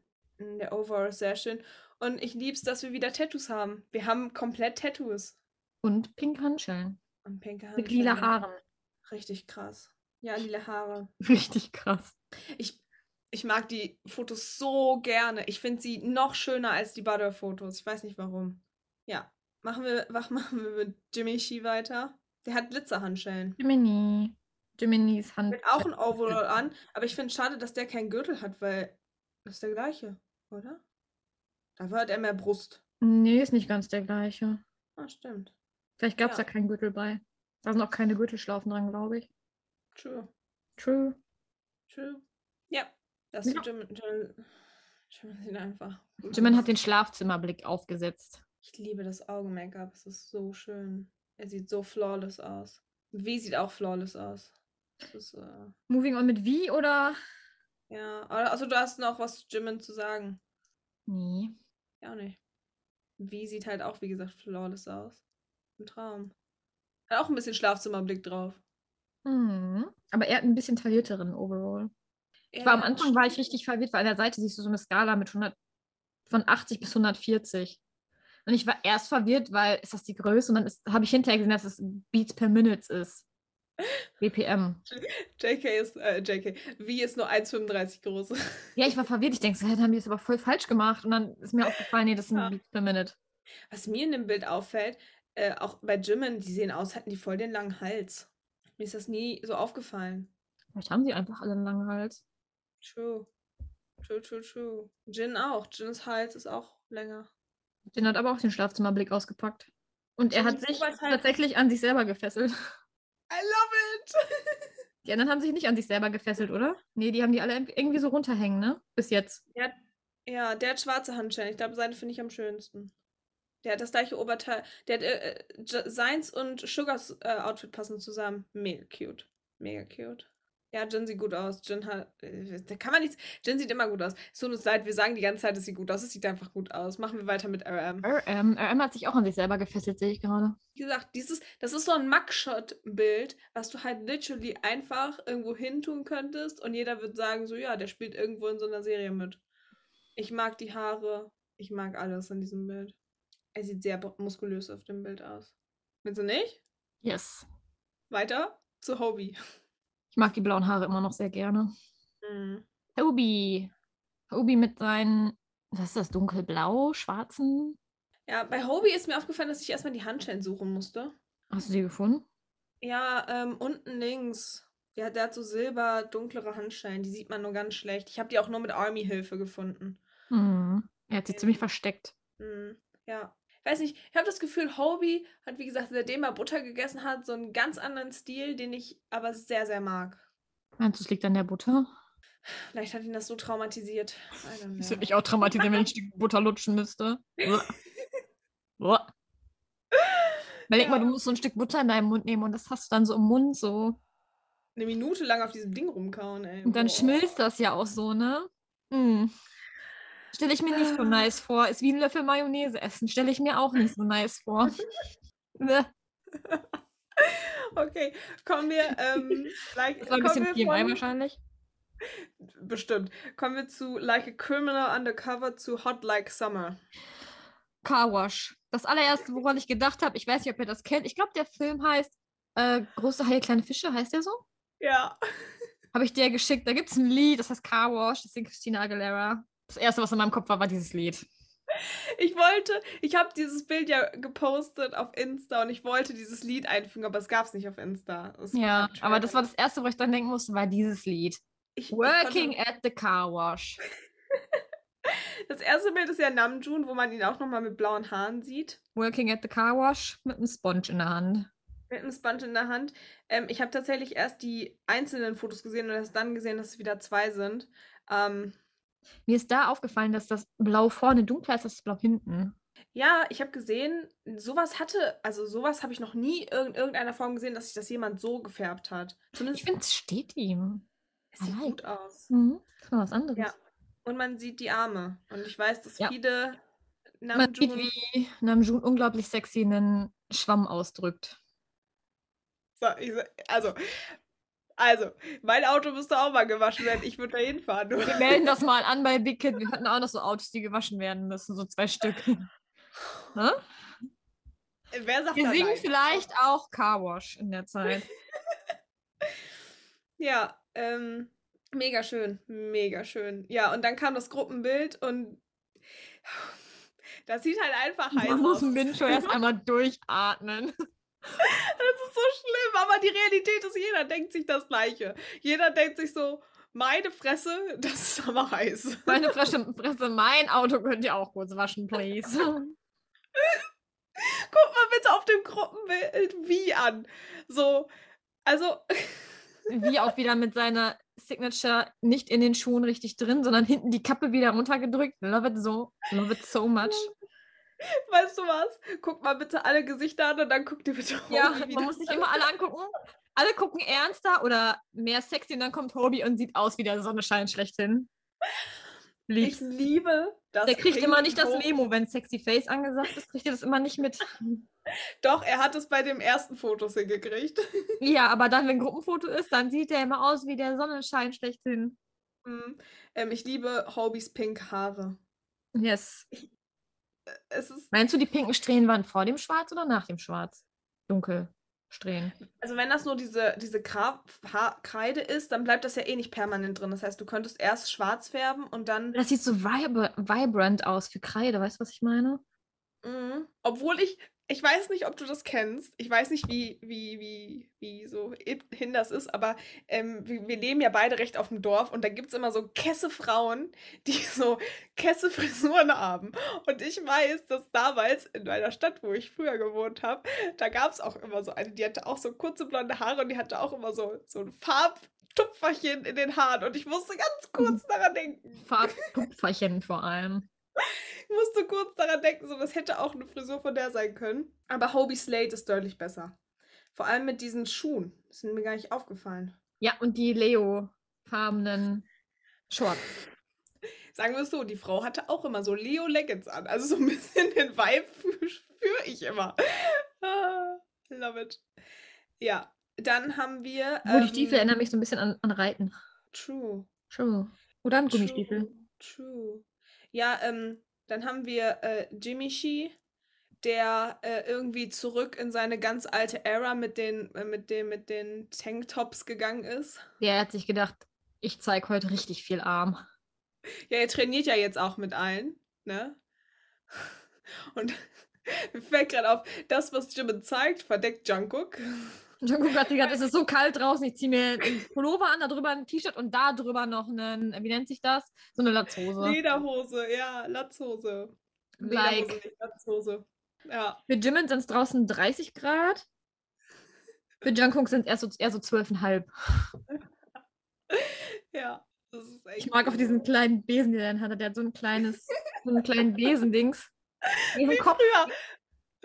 Speaker 1: der Overall ist sehr schön. Und ich lieb's, dass wir wieder Tattoos haben. Wir haben komplett Tattoos.
Speaker 4: Und pink Handschellen.
Speaker 1: Und pinke Haare.
Speaker 4: Mit lila Haaren. *laughs*
Speaker 1: Richtig krass. Ja, lila Haare.
Speaker 4: Richtig krass.
Speaker 1: Ich, ich mag die Fotos so gerne. Ich finde sie noch schöner als die Butter-Fotos. Ich weiß nicht warum. Ja. Machen wir, wach, machen wir mit Jimmy Shi weiter. Der hat Glitzerhandschellen.
Speaker 4: Jiminy. Jiminy's Hand.
Speaker 1: Mit auch ein Overall an, aber ich finde es schade, dass der keinen Gürtel hat, weil das ist der gleiche, oder? Da hat er mehr Brust.
Speaker 4: Nee, ist nicht ganz der gleiche.
Speaker 1: Ah, stimmt.
Speaker 4: Vielleicht gab es
Speaker 1: Ja.
Speaker 4: da keinen Gürtel bei. Da sind auch keine Gürtelschlaufen dran, glaube ich.
Speaker 1: True.
Speaker 4: True.
Speaker 1: True. Ja, das
Speaker 4: Ja.
Speaker 1: ist Jim, Jim, Jim sieht einfach. gut
Speaker 4: Jimin
Speaker 1: aus.
Speaker 4: hat den Schlafzimmerblick aufgesetzt.
Speaker 1: Ich liebe das Augen-Make-up. Es ist so schön. Er sieht so flawless aus. W sieht auch flawless aus. Das ist, äh,
Speaker 4: Moving on mit wie oder?
Speaker 1: ja. Also du hast noch was zu Jimin zu sagen.
Speaker 4: Nee.
Speaker 1: Ja, auch nicht. W sieht halt auch, wie gesagt, flawless aus. Ein Traum. Hat auch ein bisschen Schlafzimmerblick drauf.
Speaker 4: Hm. Aber er hat ein bisschen taillierteren Overall. Ich war am
Speaker 1: Ja,
Speaker 4: Anfang war ich richtig verwirrt, weil an der Seite siehst du so eine Skala mit 100, von 80 bis 140. Und ich war erst verwirrt, weil ist das die Größe? Und dann ist- habe ich hinterher gesehen, dass es Beats per Minutes ist. BPM.
Speaker 1: JK ist, äh, JK. W ist nur 1,35 groß. *laughs*
Speaker 4: Ja, ich war verwirrt. Ich denke, so, hä, dann haben die das aber voll falsch gemacht. Und dann ist mir aufgefallen, nee, das sind
Speaker 1: Ja.
Speaker 4: Beats per Minute.
Speaker 1: Was mir in dem Bild auffällt, äh, auch bei Jimin, die sehen aus, hatten die voll den langen Hals. Mir ist das nie so aufgefallen.
Speaker 4: Vielleicht haben sie einfach alle einen langen Hals.
Speaker 1: True. True, true, true. Jin auch. Jins Hals ist auch länger.
Speaker 4: Den hat aber auch den Schlafzimmerblick ausgepackt. Und er
Speaker 1: Und halt
Speaker 4: hat
Speaker 1: die
Speaker 4: sich
Speaker 1: Oberteil-
Speaker 4: tatsächlich an sich selber gefesselt.
Speaker 1: I love it!
Speaker 4: Die anderen haben sich nicht an sich selber gefesselt, oder? Nee, die haben die alle irgendwie so runterhängen, ne? Bis jetzt.
Speaker 1: Ja, der hat schwarze Handschellen. Ich glaube, seine finde ich am schönsten. Der hat das gleiche Oberteil. Der hat äh, äh, J- seins und Sugars äh, Outfit passen zusammen. Mega cute. Mega cute. Ja, Jin sieht gut aus. Jin hat. Äh, da kann man nichts. Jin sieht immer gut aus. Es tut uns leid, wir sagen die ganze Zeit, es sieht gut aus. Es sieht einfach gut aus. Machen wir weiter mit RM.
Speaker 4: RM, RM hat Ähm, sich auch an sich selber gefesselt, sehe ich gerade.
Speaker 1: Wie gesagt, dieses, das ist so ein Mugshot-Bild, was du halt literally einfach irgendwo hin tun könntest und jeder wird sagen, so ja, der spielt irgendwo in so einer Serie mit. Ich mag die Haare, ich mag alles in diesem Bild. Er sieht sehr bu- muskulös auf dem Bild aus. Findest du nicht?
Speaker 4: Yes.
Speaker 1: Weiter zu Hobie.
Speaker 4: Ich mag die blauen Haare immer noch sehr gerne.
Speaker 1: Mhm.
Speaker 4: Obi. Obi mit seinen, was ist das, dunkelblau, schwarzen?
Speaker 1: Ja, bei Hobie ist mir aufgefallen, dass ich erstmal die Handschellen suchen musste.
Speaker 4: Hast du die gefunden?
Speaker 1: Ja, ähm, unten links. Ja, der hat so silber, dunklere Handschellen. Die sieht man nur ganz schlecht. Ich habe die auch nur mit Army-Hilfe gefunden.
Speaker 4: Hm. Er hat sie
Speaker 1: Ähm.
Speaker 4: ziemlich versteckt.
Speaker 1: Mm, ja. Weiß nicht, ich habe das Gefühl, Hobie hat, wie gesagt, seitdem er Butter gegessen hat, so einen ganz anderen Stil, den ich aber sehr, sehr mag.
Speaker 4: Meinst du, es liegt an der Butter?
Speaker 1: Vielleicht hat ihn das so traumatisiert. I don't
Speaker 4: Das
Speaker 1: know.
Speaker 4: würde mich auch traumatisieren, wenn ich die Butter lutschen *laughs* müsste. Uah. Uah. Überleg mal,
Speaker 1: Ja.
Speaker 4: du musst so ein Stück Butter in deinem Mund nehmen und das hast du dann so im Mund so.
Speaker 1: Eine Minute lang auf diesem Ding rumkauen, ey.
Speaker 4: Und dann
Speaker 1: Boah.
Speaker 4: schmilzt das ja auch so, ne? Mm. Stelle ich mir nicht so
Speaker 1: Mhm. Ah.
Speaker 4: nice vor. Ist wie ein Löffel Mayonnaise essen. Stelle ich mir auch nicht so nice
Speaker 1: *laughs*
Speaker 4: vor. Ne,
Speaker 1: Okay, kommen wir,
Speaker 4: *laughs*
Speaker 1: ähm, like,
Speaker 4: das war ein
Speaker 1: kommen
Speaker 4: bisschen
Speaker 1: wir
Speaker 4: PMI
Speaker 1: von,
Speaker 4: wahrscheinlich.
Speaker 1: bestimmt, kommen wir zu Like a Criminal Undercover zu Hot Like Summer.
Speaker 4: Carwash. Das allererste, woran ich gedacht habe, ich weiß nicht, ob ihr das kennt. Ich glaube, der Film heißt äh, Große Haie, kleine Fische, heißt der so?
Speaker 1: Ja.
Speaker 4: Habe ich dir geschickt. Da gibt es ein Lied, das heißt Carwash, das singt Christina Aguilera. Das erste, was in meinem Kopf war, war dieses Lied.
Speaker 1: Ich wollte, ich habe dieses Bild ja gepostet auf Insta und ich wollte dieses Lied einfügen, aber es gab es nicht auf Insta. Es
Speaker 4: Ja,
Speaker 1: war
Speaker 4: aber das
Speaker 1: Trailer.
Speaker 4: war das erste, wo ich dann denken musste, war dieses Lied.
Speaker 1: Ich- ich konnte-
Speaker 4: Working at the Car Wash.
Speaker 1: Das erste Bild ist ja Namjoon, wo man ihn auch nochmal mit blauen Haaren sieht.
Speaker 4: Working at the Car Wash mit einem Sponge in der Hand.
Speaker 1: mit einem Sponge in der Hand. Ähm, ich habe tatsächlich erst die einzelnen Fotos gesehen und erst dann gesehen, dass es wieder zwei sind. Ähm,
Speaker 4: Mir ist da aufgefallen, dass das Blau vorne dunkler ist als das Blau hinten.
Speaker 1: ja, ich habe gesehen, sowas hatte, also sowas habe ich noch nie in irgendeiner Form gesehen, dass sich das jemand so gefärbt hat.
Speaker 4: Ich
Speaker 1: Zumindest
Speaker 4: finde, es steht ihm.
Speaker 1: es sieht
Speaker 4: allein.
Speaker 1: gut aus.
Speaker 4: Mhm. Das ist mal was anderes.
Speaker 1: Ja. Und man sieht die Arme. Und ich weiß, dass
Speaker 4: Ja.
Speaker 1: viele
Speaker 4: Man sieht,
Speaker 1: Namjoon-
Speaker 4: wie Namjoon unglaublich sexy einen Schwamm ausdrückt.
Speaker 1: So, ich, sa- also, also, mein Auto müsste auch mal gewaschen werden. Ich würde da hinfahren. du.
Speaker 4: Wir melden das mal an bei Big Kid. Wir hatten auch noch so Autos, die gewaschen werden müssen, so zwei
Speaker 1: *laughs*
Speaker 4: Stück. Ne?
Speaker 1: Wer sagt
Speaker 4: Wir
Speaker 1: da
Speaker 4: singen
Speaker 1: nein?
Speaker 4: vielleicht auch Carwash in der Zeit.
Speaker 1: Ja, ähm, mega schön, mega schön. Ja, und dann kam das Gruppenbild und das sieht halt einfach *laughs* heiß
Speaker 4: Man
Speaker 1: aus.
Speaker 4: muss
Speaker 1: Das *laughs*
Speaker 4: Mincho erst einmal durchatmen.
Speaker 1: ist so schlimm, aber die Realität ist, jeder denkt sich das Gleiche. Jeder denkt sich so, meine Fresse, *laughs* das ist aber heiß.
Speaker 4: Meine Fresse, Fresse, mein Auto könnt ihr auch kurz waschen, please.
Speaker 1: *laughs* Guck mal bitte auf dem Gruppenbild wie an. So, also, *laughs*
Speaker 4: Wie auch wieder mit seiner Signature nicht in den Schuhen richtig drin, sondern hinten die Kappe wieder runtergedrückt. Love it so, love it so much.
Speaker 1: weißt du was? Guck mal bitte alle Gesichter an und dann guck dir bitte
Speaker 4: Ja,
Speaker 1: Hobi wieder
Speaker 4: man muss sich
Speaker 1: an.
Speaker 4: immer alle angucken. Alle gucken ernster oder mehr sexy und dann kommt Hobie und sieht aus wie der Sonnenschein schlechthin.
Speaker 1: Ich
Speaker 4: Liebst.
Speaker 1: liebe das.
Speaker 4: Der kriegt immer nicht das
Speaker 1: Meme.
Speaker 4: Memo, wenn sexy Face angesagt ist, kriegt er das immer nicht mit.
Speaker 1: Doch, er hat es bei dem ersten Fotos hingekriegt. *laughs*
Speaker 4: Ja, aber dann, wenn Gruppenfoto ist, dann sieht er immer aus wie der Sonnenschein schlechthin.
Speaker 1: Mhm. Ähm, ich liebe Hobies pink Haare.
Speaker 4: Yes.
Speaker 1: Es ist,
Speaker 4: Meinst du, die pinken Strähnen waren vor dem Schwarz oder nach dem Schwarz? Dunkel. Strähnen.
Speaker 1: also wenn das nur diese, diese Kra ha Kreide ist, dann bleibt das ja eh nicht permanent drin. Das heißt, du könntest erst schwarz färben und
Speaker 4: *laughs*
Speaker 1: dann.
Speaker 4: Das sieht so vibra vibrant aus für Kreide, weißt du, was ich meine?
Speaker 1: Mhm. Obwohl ich. Ich weiß nicht, ob du das kennst. Ich weiß nicht, wie, wie, wie, wie so hin das ist, aber ähm, wir, wir leben ja beide recht auf dem Dorf und da gibt es immer so Kessefrauen, *laughs* die so Kessefrisuren haben. Und ich weiß, dass damals in meiner Stadt, wo ich früher gewohnt habe, da gab es auch immer so eine, die hatte auch so kurze blonde Haare und die hatte auch immer so, so ein Farbtupferchen in den Haaren. Und ich musste ganz kurz daran denken. *laughs*
Speaker 4: Farbtupferchen vor allem.
Speaker 1: Ich musste kurz daran denken, so das hätte auch eine Frisur von der sein können. Aber Hobie Slate ist deutlich besser. Vor allem mit diesen Schuhen. Das sind mir gar nicht aufgefallen.
Speaker 4: Ja, und die Leo-farbenen Shorts.
Speaker 1: Sagen wir es so, die Frau hatte auch immer so Leo Leggings an. Also so ein bisschen den Vibe *laughs* spü- spüre ich immer. Ah, Love it. Ja, dann haben wir. ähm,
Speaker 4: Obwohl, die Stiefel erinnern mich so ein bisschen an, an Reiten.
Speaker 1: True.
Speaker 4: True. Oder an Gummistiefel.
Speaker 1: True. True. Ja, ähm, dann haben wir äh, Jimmy Shi, der äh, irgendwie zurück in seine ganz alte Ära mit den, äh, mit den, mit den Tanktops gegangen ist.
Speaker 4: Der hat sich gedacht, ich zeige heute richtig viel Arm. *laughs*
Speaker 1: Ja, er trainiert ja jetzt auch mit allen, ne? *laughs* Und *laughs* mir fällt gerade auf, das, was Jimin zeigt, verdeckt Jungkook.
Speaker 4: Jungkook hat sich gedacht, es ist so kalt draußen, ich ziehe mir einen Pullover an, darüber ein T-Shirt und da drüber noch einen, wie nennt sich das? So eine Latzhose.
Speaker 1: Lederhose, ja, Latzhose.
Speaker 4: Oh. Like.
Speaker 1: Lederhose, nicht Latzhose. Ja,
Speaker 4: Für Jimin sind es draußen 30 Grad. Für Jungkook sind es eher so, eher so 12,5.
Speaker 1: ja. Das ist echt
Speaker 4: Ich mag auch
Speaker 1: so.
Speaker 4: diesen kleinen Besen, den er in der Hand hat. Der hat so ein kleines, so einen kleinen *laughs* Besendings. Ihren
Speaker 1: Wie
Speaker 4: Kopf.
Speaker 1: früher.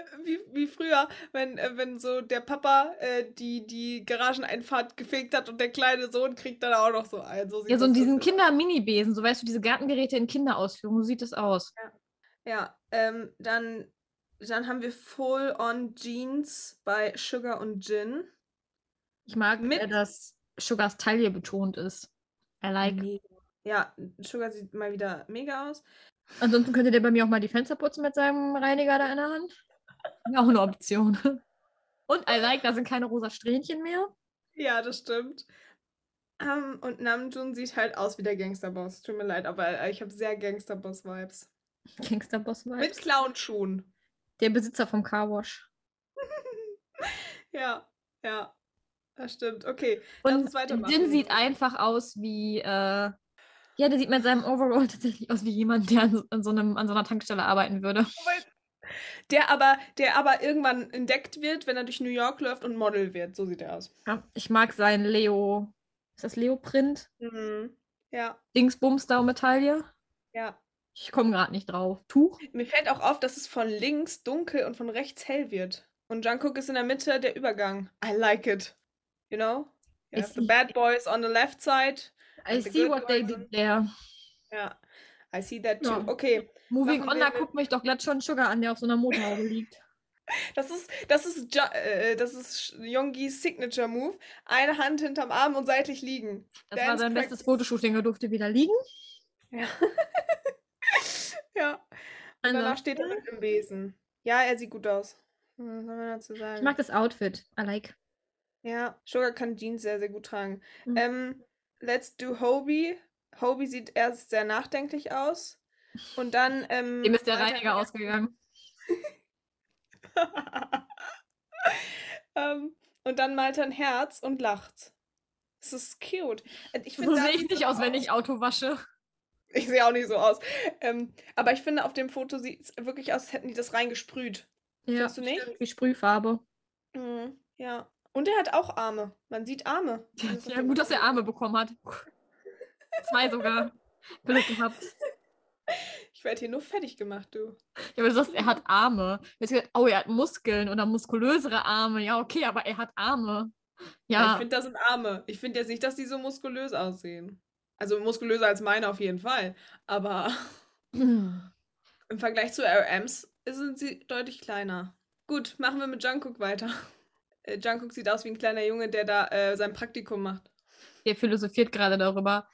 Speaker 1: äh, Wie, wie früher, wenn, äh, wenn so der Papa äh, die, die Garageneinfahrt gefegt hat und der kleine Sohn kriegt dann auch noch so einen. So sieht
Speaker 4: Ja, so in
Speaker 1: das
Speaker 4: diesen
Speaker 1: aus.
Speaker 4: Kinder-Mini-Besen, so weißt du, diese Gartengeräte in Kinderausführung, so sieht das aus.
Speaker 1: Ja, ähm, dann, dann haben wir Full-on Jeans bei Sugar und Gin.
Speaker 4: Ich mag,
Speaker 1: Mit-
Speaker 4: äh, dass Sugars Taille betont ist. I like.
Speaker 1: Mega. Ja, Sugar sieht mal wieder mega aus.
Speaker 4: Ansonsten könnte der bei mir auch mal die Fenster putzen mit seinem Reiniger da in der Hand. Wäre auch eine Option. Und I like, da sind keine rosa Strähnchen mehr.
Speaker 1: Ja, das stimmt. Ähm, und Namjoon sieht halt aus wie der Gangsterboss. Tut mir leid, aber äh, ich habe sehr Gangsterboss-Vibes.
Speaker 4: Gangsterboss
Speaker 1: Mit
Speaker 4: Vibes.
Speaker 1: Clownschuhen.
Speaker 4: Der Besitzer vom Carwash.
Speaker 1: Ja, ja, das stimmt. Okay, lass
Speaker 4: Und
Speaker 1: uns weitermachen.
Speaker 4: Jin sieht einfach aus wie, äh, ja, der sieht mit seinem Overall tatsächlich aus wie jemand, der an, an, so, einem, an so einer Tankstelle arbeiten würde.
Speaker 1: Der aber, der aber irgendwann entdeckt wird, wenn er durch New York läuft und Model wird. So sieht er aus.
Speaker 4: Ja, ich mag sein Leo. Ist das Leoprint? Mhm.
Speaker 1: Ja,
Speaker 4: Dingsbums da um Medaille?
Speaker 1: ja.
Speaker 4: Ich komme gerade nicht drauf. *laughs* Tuch?
Speaker 1: Mir fällt auch auf, dass es von links dunkel und von rechts hell wird. Und Jungkook ist in der Mitte der Übergang. I like it. You know? You
Speaker 4: Ich
Speaker 1: have the
Speaker 4: see.
Speaker 1: bad boys on the left side.
Speaker 4: I
Speaker 1: With the
Speaker 4: see
Speaker 1: good
Speaker 4: what they
Speaker 1: ones
Speaker 4: did there.
Speaker 1: Ja. I see that too.
Speaker 4: Ja.
Speaker 1: Okay.
Speaker 4: Moving
Speaker 1: Machen
Speaker 4: on,
Speaker 1: wir
Speaker 4: da
Speaker 1: mit-
Speaker 4: guckt mich doch glatt schon Sugar an, der auf so einer Motorhaube liegt.
Speaker 1: Das ist, das ist, Ja- äh, das ist Yongis Signature Move. Eine Hand hinterm Arm und seitlich liegen.
Speaker 4: Das war
Speaker 1: Dance
Speaker 4: sein
Speaker 1: practice.
Speaker 4: bestes Fotoshooting, er durfte wieder liegen.
Speaker 1: Ja. ja. Und
Speaker 4: Also,
Speaker 1: danach steht er mit einem Besen. Ja, er sieht gut aus. Hm, Was soll man dazu
Speaker 4: ich
Speaker 1: sagen?
Speaker 4: mag das Outfit. I like.
Speaker 1: Ja, Sugar kann Jeans sehr, sehr gut tragen.
Speaker 4: Mhm.
Speaker 1: Ähm, let's do Hobie. Hobie sieht erst sehr nachdenklich aus. Und dann. Ähm,
Speaker 4: *laughs* Dem ist der
Speaker 1: weiter-
Speaker 4: Reiniger ausgegangen.
Speaker 1: ähm, und dann malt er ein Herz und lacht. Es ist cute. Und Ich
Speaker 4: So
Speaker 1: da
Speaker 4: sehe ich
Speaker 1: sieht's
Speaker 4: nicht
Speaker 1: aber
Speaker 4: aus, wenn ich Auto wasche.
Speaker 1: Ich sehe auch nicht so aus. Ähm, aber ich finde, auf dem Foto sieht es wirklich aus, als hätten die das reingesprüht.
Speaker 4: Ja,
Speaker 1: Findest du nicht?
Speaker 4: stimmt, wie Sprühfarbe.
Speaker 1: Mhm, ja. Und er hat auch Arme. Man sieht Arme.
Speaker 4: Ja,
Speaker 1: Das ist
Speaker 4: ja,
Speaker 1: auf dem
Speaker 4: gut, dass er
Speaker 1: Foto.
Speaker 4: Arme bekommen hat. Zwei sogar. Glück gehabt.
Speaker 1: Ich werde hier nur fertig gemacht, du.
Speaker 4: Ja, aber du sagst, er hat Arme. Jetzt gesagt, oh, er hat Muskeln oder muskulösere Arme. Ja, okay, aber er hat Arme.
Speaker 1: Ja. Ich
Speaker 4: Ja,
Speaker 1: finde, das sind Arme. Ich finde jetzt nicht, dass die so muskulös aussehen. Also muskulöser als meine auf jeden Fall. Aber *laughs* im Vergleich zu RMs sind sie deutlich kleiner. Gut, machen wir mit Jungkook weiter. *laughs* Äh, Jungkook sieht aus wie ein kleiner Junge, der da äh, sein Praktikum macht.
Speaker 4: der philosophiert gerade darüber,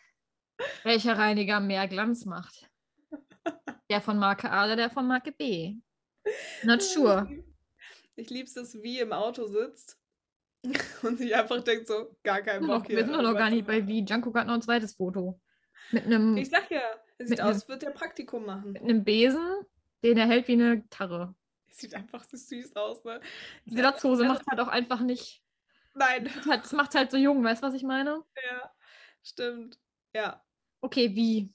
Speaker 4: welcher Reiniger mehr Glanz macht. Der von Marke A oder der von Marke B. Not sure.
Speaker 1: *laughs* Ich lieb's, dass wie im Auto sitzt *laughs* und sich einfach denkt so, gar kein Bock hier.
Speaker 4: Wir sind doch noch
Speaker 1: irgendwas
Speaker 4: gar
Speaker 1: zu
Speaker 4: nicht bei
Speaker 1: machen.
Speaker 4: wie. Jungkook hat noch ein zweites Foto. Mit einem,
Speaker 1: Ich sag ja, er
Speaker 4: Mit
Speaker 1: sieht
Speaker 4: nem-
Speaker 1: aus, wird er Praktikum machen. *laughs*
Speaker 4: mit einem Besen, den er hält wie eine Gitarre.
Speaker 1: Sieht einfach so süß aus, ne?
Speaker 4: Diese Latzhose macht halt auch einfach nicht.
Speaker 1: Nein, *laughs*
Speaker 4: Hat, das macht halt so jung, weißt du, was ich meine?
Speaker 1: ja, stimmt. Ja,
Speaker 4: Okay, wie?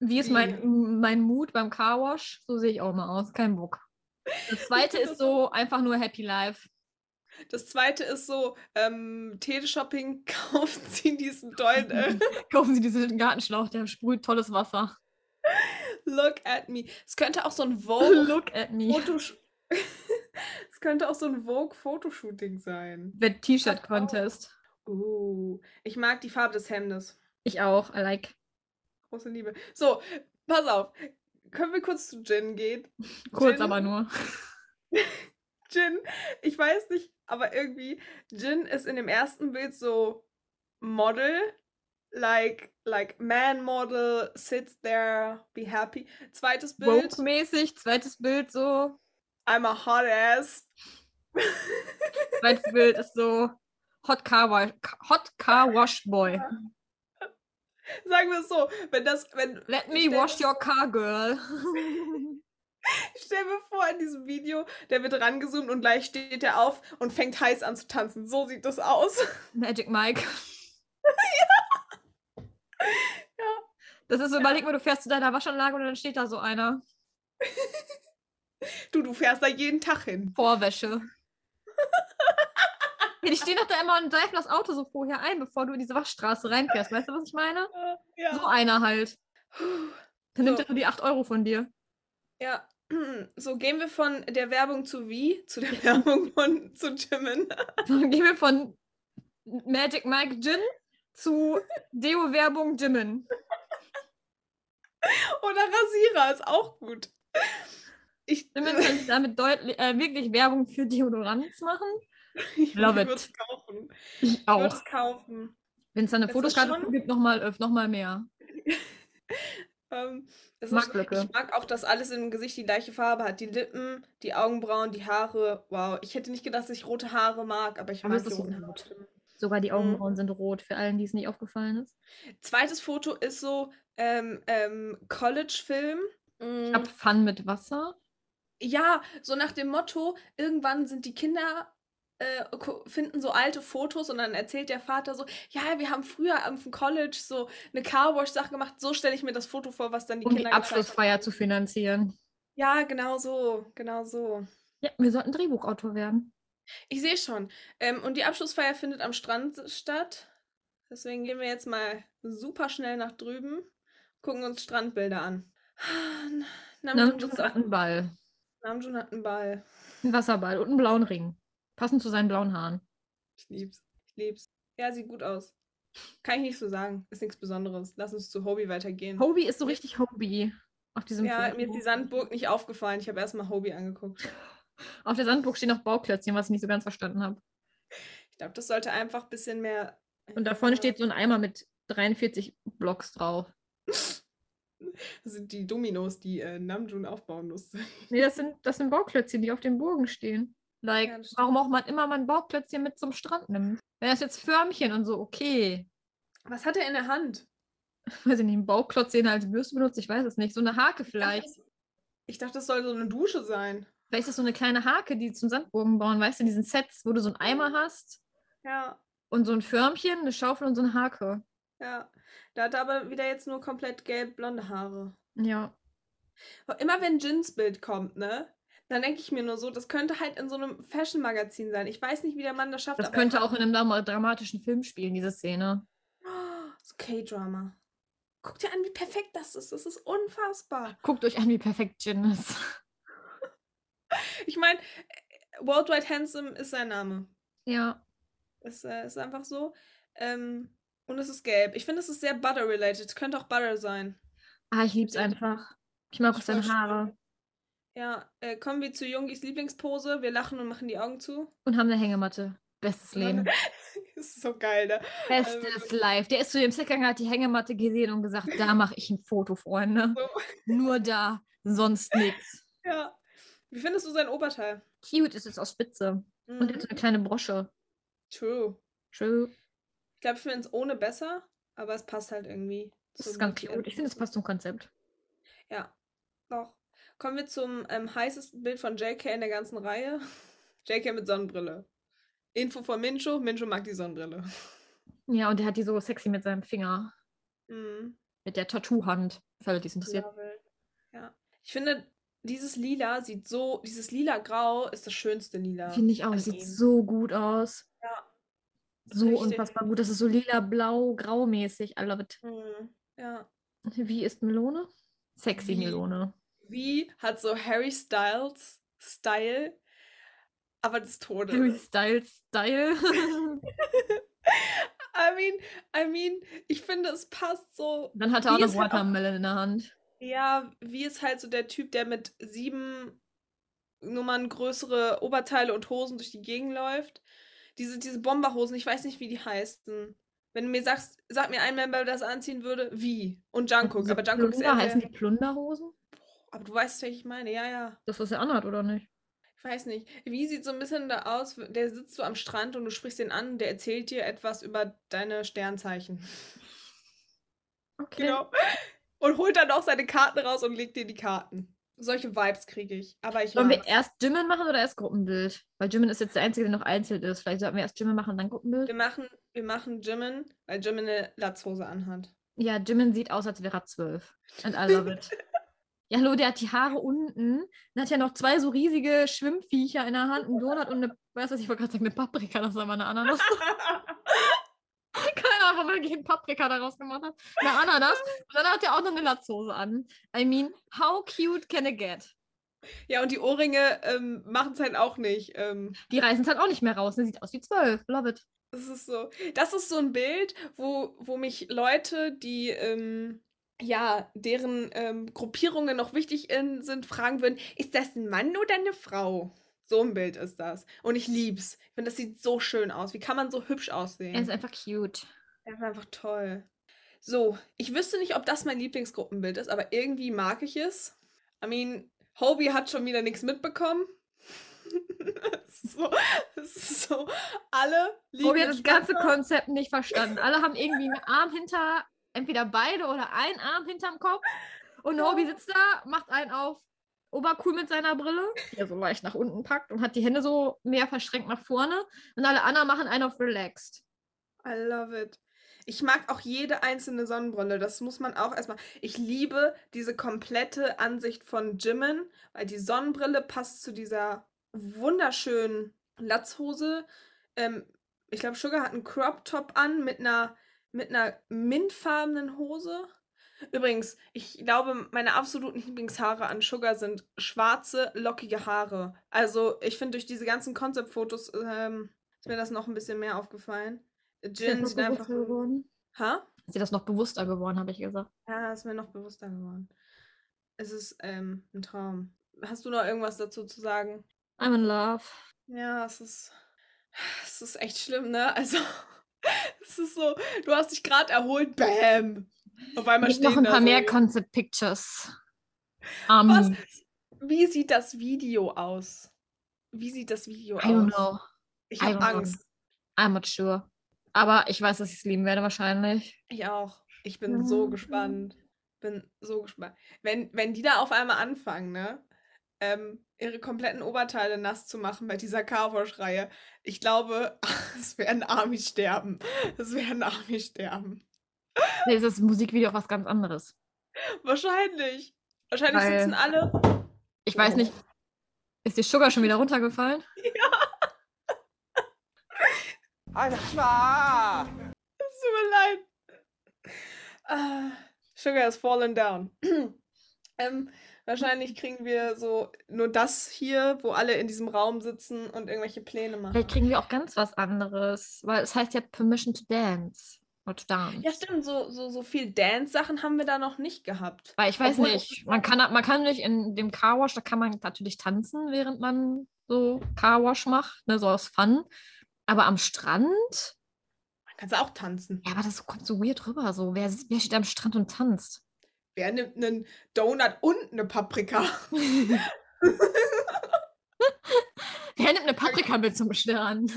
Speaker 4: Wie ist
Speaker 1: Wie?
Speaker 4: mein, mein Mut beim Carwash? So sehe ich auch mal aus. Kein Bock. Das zweite ist so einfach nur Happy Life.
Speaker 1: Das zweite ist so, ähm, Teleshopping *laughs* kaufen sie diesen tollen *laughs* äh,
Speaker 4: *laughs* Kaufen Sie diesen Gartenschlauch, der sprüht tolles Wasser.
Speaker 1: Look at me. Es könnte auch so
Speaker 4: *laughs*
Speaker 1: ein Vogue
Speaker 4: Look at me.
Speaker 1: Fotosh *laughs* Es könnte auch so ein Vogue Fotoshooting sein.
Speaker 4: Wird T-Shirt Contest.
Speaker 1: Uh, ich mag die Farbe des Hemdes.
Speaker 4: Ich auch. I like.
Speaker 1: Große Liebe. So, pass auf. Können wir kurz zu Jin gehen? *laughs*
Speaker 4: Kurz,
Speaker 1: Jin-
Speaker 4: aber nur.
Speaker 1: Jin, ich weiß nicht, aber irgendwie, Jin ist in dem ersten Bild so Model, like, like man model, sits there, be happy. Zweites Bild,
Speaker 4: Vogue-mäßig. Zweites Bild so.
Speaker 1: I'm a hot ass. *laughs*
Speaker 4: Zweites Bild ist so Hot Car, Wa- Hot Car Wash Boy.
Speaker 1: Sagen wir es so, wenn das, wenn,
Speaker 4: Let
Speaker 1: Ich
Speaker 4: me
Speaker 1: stell-
Speaker 4: wash your car, girl.
Speaker 1: ich *laughs* stell mir vor, in diesem Video, der wird rangezoomt und gleich steht er auf und fängt heiß an zu tanzen. So sieht das aus. *laughs*
Speaker 4: Magic Mike. *laughs* Das ist so, überleg mal, du fährst zu deiner Waschanlage und dann steht da so einer.
Speaker 1: Du, du fährst da jeden Tag hin.
Speaker 4: *laughs* Vorwäsche. ja, die stehen doch da immer und greifen das Auto so vorher ein, bevor du in diese Waschstraße reinfährst. Weißt du, was ich meine? So einer halt. Dann nimmt
Speaker 1: So.
Speaker 4: er nur die 8 Euro von dir.
Speaker 1: Ja, *clears throat* so gehen wir von der Werbung zu wie, zu der *laughs* Werbung von zu Jimin.
Speaker 4: Dann gehen wir von Magic Mike Gin zu Deo-Werbung Jimin.
Speaker 1: Oder Rasierer ist auch gut. *laughs* Ich,
Speaker 4: Jimin kann damit deutlich, äh, wirklich Werbung für Deodoranz machen.
Speaker 1: ich
Speaker 4: love it.
Speaker 1: würde es kaufen.
Speaker 4: Ich
Speaker 1: Ich würde
Speaker 4: auch.
Speaker 1: es kaufen.
Speaker 4: Wenn es da eine
Speaker 1: Das ist
Speaker 4: Fotokarte
Speaker 1: schon-
Speaker 4: gibt, nochmal öff, nochmal mehr.
Speaker 1: Ähm, es ist,
Speaker 4: Marktlücke.
Speaker 1: ich mag auch, dass alles im Gesicht die gleiche Farbe hat. Die Lippen, die Augenbrauen, die Haare. Wow, ich hätte nicht gedacht, dass ich rote Haare mag, aber ich
Speaker 4: Aber
Speaker 1: mag
Speaker 4: es ist
Speaker 1: die roten Haare.
Speaker 4: rot.
Speaker 1: bestimmt.
Speaker 4: Sogar die
Speaker 1: Mhm.
Speaker 4: Augenbrauen sind rot, für allen, die es nicht aufgefallen ist.
Speaker 1: Zweites Foto ist so ähm, ähm, College-Film.
Speaker 4: Ich
Speaker 1: Mhm.
Speaker 4: hab Fun mit Wasser.
Speaker 1: Ja, so nach dem Motto, irgendwann sind die Kinder, äh, ko- finden so alte Fotos und dann erzählt der Vater so, ja, wir haben früher am College so eine Carwash-Sache gemacht, so stelle ich mir das Foto vor, was dann die
Speaker 4: Um die
Speaker 1: Kinder gezeigt haben.
Speaker 4: Abschlussfeier zu finanzieren.
Speaker 1: Ja, genau so, genau so.
Speaker 4: Ja, wir sollten Drehbuchautor werden.
Speaker 1: Ich sehe schon. Ähm, und die Abschlussfeier findet am Strand statt. Deswegen gehen wir jetzt mal super schnell nach drüben, gucken uns Strandbilder an. Ah, Namjoon
Speaker 4: Namjoon
Speaker 1: sitzt
Speaker 4: hat
Speaker 1: auf-
Speaker 4: einen Ball,
Speaker 1: Namjoon hat einen Ball.
Speaker 4: einen Wasserball und einen blauen Ring. Passend zu seinen blauen Haaren.
Speaker 1: Ich lieb's. Ich lieb's. Ja, sieht gut aus. Kann ich nicht so sagen. Ist nichts Besonderes. Lass uns zu Hobie weitergehen.
Speaker 4: Hobie ist so richtig Hobie auf diesem
Speaker 1: Mhm. ja,
Speaker 4: Foto.
Speaker 1: mir ist die Sandburg nicht aufgefallen. Ich habe erstmal Hobie angeguckt.
Speaker 4: Auf der Sandburg stehen noch Bauklötzchen, was ich nicht so ganz verstanden habe.
Speaker 1: Ich glaube, das sollte einfach ein bisschen mehr.
Speaker 4: *laughs* Und da vorne steht so ein Eimer mit 43 Blocks drauf.
Speaker 1: Das *laughs* sind die Dominos, die äh, Namjoon aufbauen musste.
Speaker 4: Nee, das sind, das sind Bauklötzchen, die auf den Burgen stehen. Like,
Speaker 1: Ja, das stimmt.
Speaker 4: warum auch man immer man Bauklötzchen mit zum Strand nimmt. Wenn das jetzt Förmchen und so, okay.
Speaker 1: *laughs*
Speaker 4: *laughs*
Speaker 1: Was hat er in der Hand?
Speaker 4: Weiß ich nicht, einen Bauklotz, den er als Bürste benutzt, ich weiß es nicht. So eine Hake
Speaker 1: Ich
Speaker 4: vielleicht.
Speaker 1: dachte, das- Ich dachte, das soll so eine Dusche sein.
Speaker 4: Vielleicht ist das so eine kleine Hake, die zum Sandburgen bauen, weißt du, in diesen Sets, wo du so einen Eimer hast
Speaker 1: Ja,
Speaker 4: und so ein Förmchen, eine Schaufel und so eine Hake.
Speaker 1: ja. Da hat er aber wieder jetzt nur komplett gelb-blonde Haare.
Speaker 4: Ja.
Speaker 1: Aber Immer wenn Jins Bild kommt, ne? Dann denke ich mir nur so, das könnte halt in so einem Fashion-Magazin sein. Ich weiß nicht, wie der Mann das schafft.
Speaker 4: Das
Speaker 1: aber-
Speaker 4: könnte auch in einem dram- dramatischen Film spielen, diese Szene.
Speaker 1: Oh, das K-Drama. Guck dir an, wie perfekt das ist. Das ist unfassbar.
Speaker 4: Guckt euch an, wie perfekt Jin ist.
Speaker 1: Ich meine, Worldwide Handsome ist sein Name.
Speaker 4: Ja.
Speaker 1: Es äh, ist einfach so. Ähm, und es ist gelb. Ich finde, es ist sehr Butter-related. Könnte auch Butter sein.
Speaker 4: Ah, ich lieb's einfach. Ich mag auch
Speaker 1: Ist
Speaker 4: seine
Speaker 1: voll schön.
Speaker 4: Haare.
Speaker 1: Ja, äh, kommen wir zu Jungis Lieblingspose. Wir lachen und machen die Augen zu. *laughs*
Speaker 4: Und haben eine Hängematte. Bestes
Speaker 1: Und haben
Speaker 4: Leben.
Speaker 1: Das ist so geil, ne?
Speaker 4: Bestes Life. Der ist zu dem Sickgang, hat die Hängematte gesehen und gesagt, da mache ich ein Foto, Freunde. Nur da,
Speaker 1: *laughs*
Speaker 4: sonst nichts.
Speaker 1: Ja. Wie findest du sein Oberteil? Mm,
Speaker 4: Cute ist jetzt auch spitze. Und er hat so
Speaker 1: Mhm.
Speaker 4: eine kleine Brosche.
Speaker 1: True.
Speaker 4: True.
Speaker 1: Ich glaube, ich finde es ohne besser, aber es passt halt irgendwie.
Speaker 4: Das
Speaker 1: zum
Speaker 4: ist ganz
Speaker 1: BTS.
Speaker 4: cute. Ich finde, das passt zum Konzept.
Speaker 1: Ja, doch. Kommen wir zum ähm, heißesten Bild von JK in der ganzen Reihe. *laughs* JK mit Sonnenbrille. Info von Mincho. Mincho mag die Sonnenbrille.
Speaker 4: Ja, und er hat die so sexy mit seinem Finger.
Speaker 1: *laughs* Mhm.
Speaker 4: Mit der Tattoo-Hand. Falls dies interessiert.
Speaker 1: Lovell. Ja. Ich finde, dieses Lila sieht so, dieses Lila-Grau ist das schönste Lila.
Speaker 4: Finde ich auch.
Speaker 1: an
Speaker 4: Sieht
Speaker 1: ihm.
Speaker 4: so gut aus.
Speaker 1: Ja.
Speaker 4: So
Speaker 1: Richtig.
Speaker 4: unfassbar gut. Das ist so lila, blau, graumäßig. I love it.
Speaker 1: Mhm. Ja.
Speaker 4: Wie ist Melone? Sexy
Speaker 1: Wie?
Speaker 4: Melone.
Speaker 1: Wie hat so Harry Styles Style, aber des Todes.
Speaker 4: Harry Styles
Speaker 1: *laughs*
Speaker 4: Style.
Speaker 1: I mean, I mean, ich finde, es passt so.
Speaker 4: Dann hat er auch
Speaker 1: Wie
Speaker 4: noch
Speaker 1: ist halt auch-
Speaker 4: Watermelon in der Hand.
Speaker 1: Ja, wie ist halt so der Typ, der mit sieben Nummern größere Oberteile und Hosen durch die Gegend läuft? Diese, diese Bomberhosen, ich weiß nicht, wie die heißen. Wenn du mir sagst, sag mir ein Member, der das anziehen würde, wie? Und Jungkook,
Speaker 4: Diese
Speaker 1: aber Jungkook ist
Speaker 4: Plunder,
Speaker 1: eher
Speaker 4: heißen
Speaker 1: der,
Speaker 4: Also, die Plunderhosen?
Speaker 1: aber du weißt, welche ich meine, ja, ja.
Speaker 4: Das, was er anhat, oder nicht?
Speaker 1: Ich weiß nicht. Wie sieht so ein bisschen da aus, der sitzt so am Strand und du sprichst den an, der erzählt dir etwas über deine Sternzeichen.
Speaker 4: Okay.
Speaker 1: Genau. *laughs* Und holt dann auch seine Karten raus und legt dir die Karten. Solche Vibes kriege ich, aber ich
Speaker 4: Sollen
Speaker 1: mag's.
Speaker 4: wir erst Jimin machen oder erst Gruppenbild? Weil Jimin ist jetzt der Einzige, der noch einzeln ist. Vielleicht sollten wir erst Jimin machen und dann
Speaker 1: Wir
Speaker 4: Gruppenbild.
Speaker 1: machen, wir machen Jimin, weil Jimin eine Latzhose anhat.
Speaker 4: Ja, Jimin sieht aus, als wäre er zwölf. And I love
Speaker 1: *laughs*
Speaker 4: it. Ja, hallo, der hat die Haare unten. Dann hat ja noch zwei so riesige Schwimmviecher in der Hand, einen Donut und eine, weiß was, ich wollte gerade sagen, eine Paprika, das war mal eine
Speaker 1: *laughs*
Speaker 4: Ananas. *laughs* Keine Ahnung, warum er gegen Paprika daraus gemacht hat. Eine Ananas. Und dann hat er auch noch eine Latzhose an. I mean, how cute can it get?
Speaker 1: Ja, und die Ohrringe ähm, machen es halt auch nicht. Ähm,
Speaker 4: Die reißen es halt auch nicht mehr raus. Ne? Sieht aus wie zwölf. Love it.
Speaker 1: das ist so. Das ist so ein Bild, wo, wo mich Leute, die ähm, ja, deren ähm, Gruppierungen noch wichtig in, sind, fragen würden, ist das ein Mann oder eine Frau? So ein Bild ist das. Und ich lieb's. Ich finde, das sieht so schön aus. Wie kann man so hübsch aussehen?
Speaker 4: Er ist einfach cute.
Speaker 1: Er war einfach toll. So, ich wüsste nicht, ob das mein Lieblingsgruppenbild ist, aber irgendwie mag ich es. I mean, Hobie hat schon wieder nichts mitbekommen. *laughs* Es ist so, *laughs* es ist so, alle liegen
Speaker 4: Tobi hat
Speaker 1: im
Speaker 4: das ganze
Speaker 1: Schlafsaal.
Speaker 4: Konzept nicht verstanden. Alle haben irgendwie einen Arm hinter, entweder beide oder einen Arm hinterm Kopf. Und
Speaker 1: Ja.
Speaker 4: Hobie sitzt da, macht einen auf obercool mit seiner Brille, die er so leicht nach unten packt und hat die Hände so mehr verschränkt nach vorne. Und alle anderen machen einen auf relaxed.
Speaker 1: I love it. Ich mag auch jede einzelne Sonnenbrille. Das muss man auch erstmal. Ich liebe diese komplette Ansicht von Jimin, weil die Sonnenbrille passt zu dieser wunderschönen Latzhose. Ähm, ich glaube, Sugar hat einen Crop Top an mit einer, mit einer mintfarbenen Hose. Übrigens, ich glaube, meine absoluten Lieblingshaare an Sugar sind schwarze, lockige Haare. Also, ich finde, durch diese ganzen Concept-Fotos ähm, ist mir das noch ein bisschen mehr aufgefallen. Jin
Speaker 4: Ist
Speaker 1: sieht
Speaker 4: dir das noch *laughs*
Speaker 1: einfach.
Speaker 4: bewusster geworden?
Speaker 1: Ha?
Speaker 4: Ist dir das noch bewusster geworden, habe ich gesagt.
Speaker 1: Ja, ist mir noch bewusster geworden. Es ist ähm, ein Traum. Hast du noch irgendwas dazu zu sagen?
Speaker 4: I'm in love.
Speaker 1: Ja, es ist, es ist echt schlimm, ne? Also, *laughs* es ist so, du hast dich gerade erholt, bam! Auf einmal
Speaker 4: Ich noch
Speaker 1: stehen
Speaker 4: ein
Speaker 1: da
Speaker 4: paar
Speaker 1: so-
Speaker 4: mehr Concept Pictures. Um,
Speaker 1: Was? Wie sieht das Video aus? Wie sieht das Video
Speaker 4: I don't
Speaker 1: aus?
Speaker 4: know.
Speaker 1: Ich
Speaker 4: I don't
Speaker 1: habe
Speaker 4: know.
Speaker 1: Angst.
Speaker 4: I'm not sure. Aber ich weiß, dass ich es lieben werde wahrscheinlich.
Speaker 1: Ich auch. Ich bin so
Speaker 4: Mhm.
Speaker 1: gespannt. Bin so gespannt. Wenn, wenn die da auf einmal anfangen, ne? Ähm, ihre kompletten Oberteile nass zu machen bei dieser Carwash-Reihe. Ich glaube, *laughs* es werden Army sterben. Es werden Army sterben.
Speaker 4: Nee, es ist ein Musikvideo auch was ganz anderes.
Speaker 1: Wahrscheinlich. Wahrscheinlich
Speaker 4: Weil-
Speaker 1: sitzen alle.
Speaker 4: Ich weiß nicht, ist dir Sugar schon wieder runtergefallen?
Speaker 1: Es tut mir leid. Ah, Sugar has fallen down. *clears throat* ähm, wahrscheinlich kriegen wir so nur das hier, wo alle in diesem Raum sitzen und irgendwelche Pläne machen.
Speaker 4: Vielleicht kriegen wir auch ganz was anderes, weil es heißt ja Permission to Dance. Or to dance.
Speaker 1: Ja, stimmt, so, so, so viel Dance-Sachen haben wir da noch nicht gehabt.
Speaker 4: Weil ich weiß
Speaker 1: Obwohl-
Speaker 4: nicht, man kann, man kann nicht in dem Carwash, da kann man natürlich tanzen, während man so Carwash macht, ne, so aus Fun. Aber am Strand,
Speaker 1: Man kann auch tanzen.
Speaker 4: ja, aber das kommt so weird rüber. So, wer, wer steht am Strand und tanzt?
Speaker 1: Wer nimmt einen Donut und eine Paprika?
Speaker 4: *laughs* wer nimmt eine Paprika mit
Speaker 1: *laughs*
Speaker 4: zum Strand?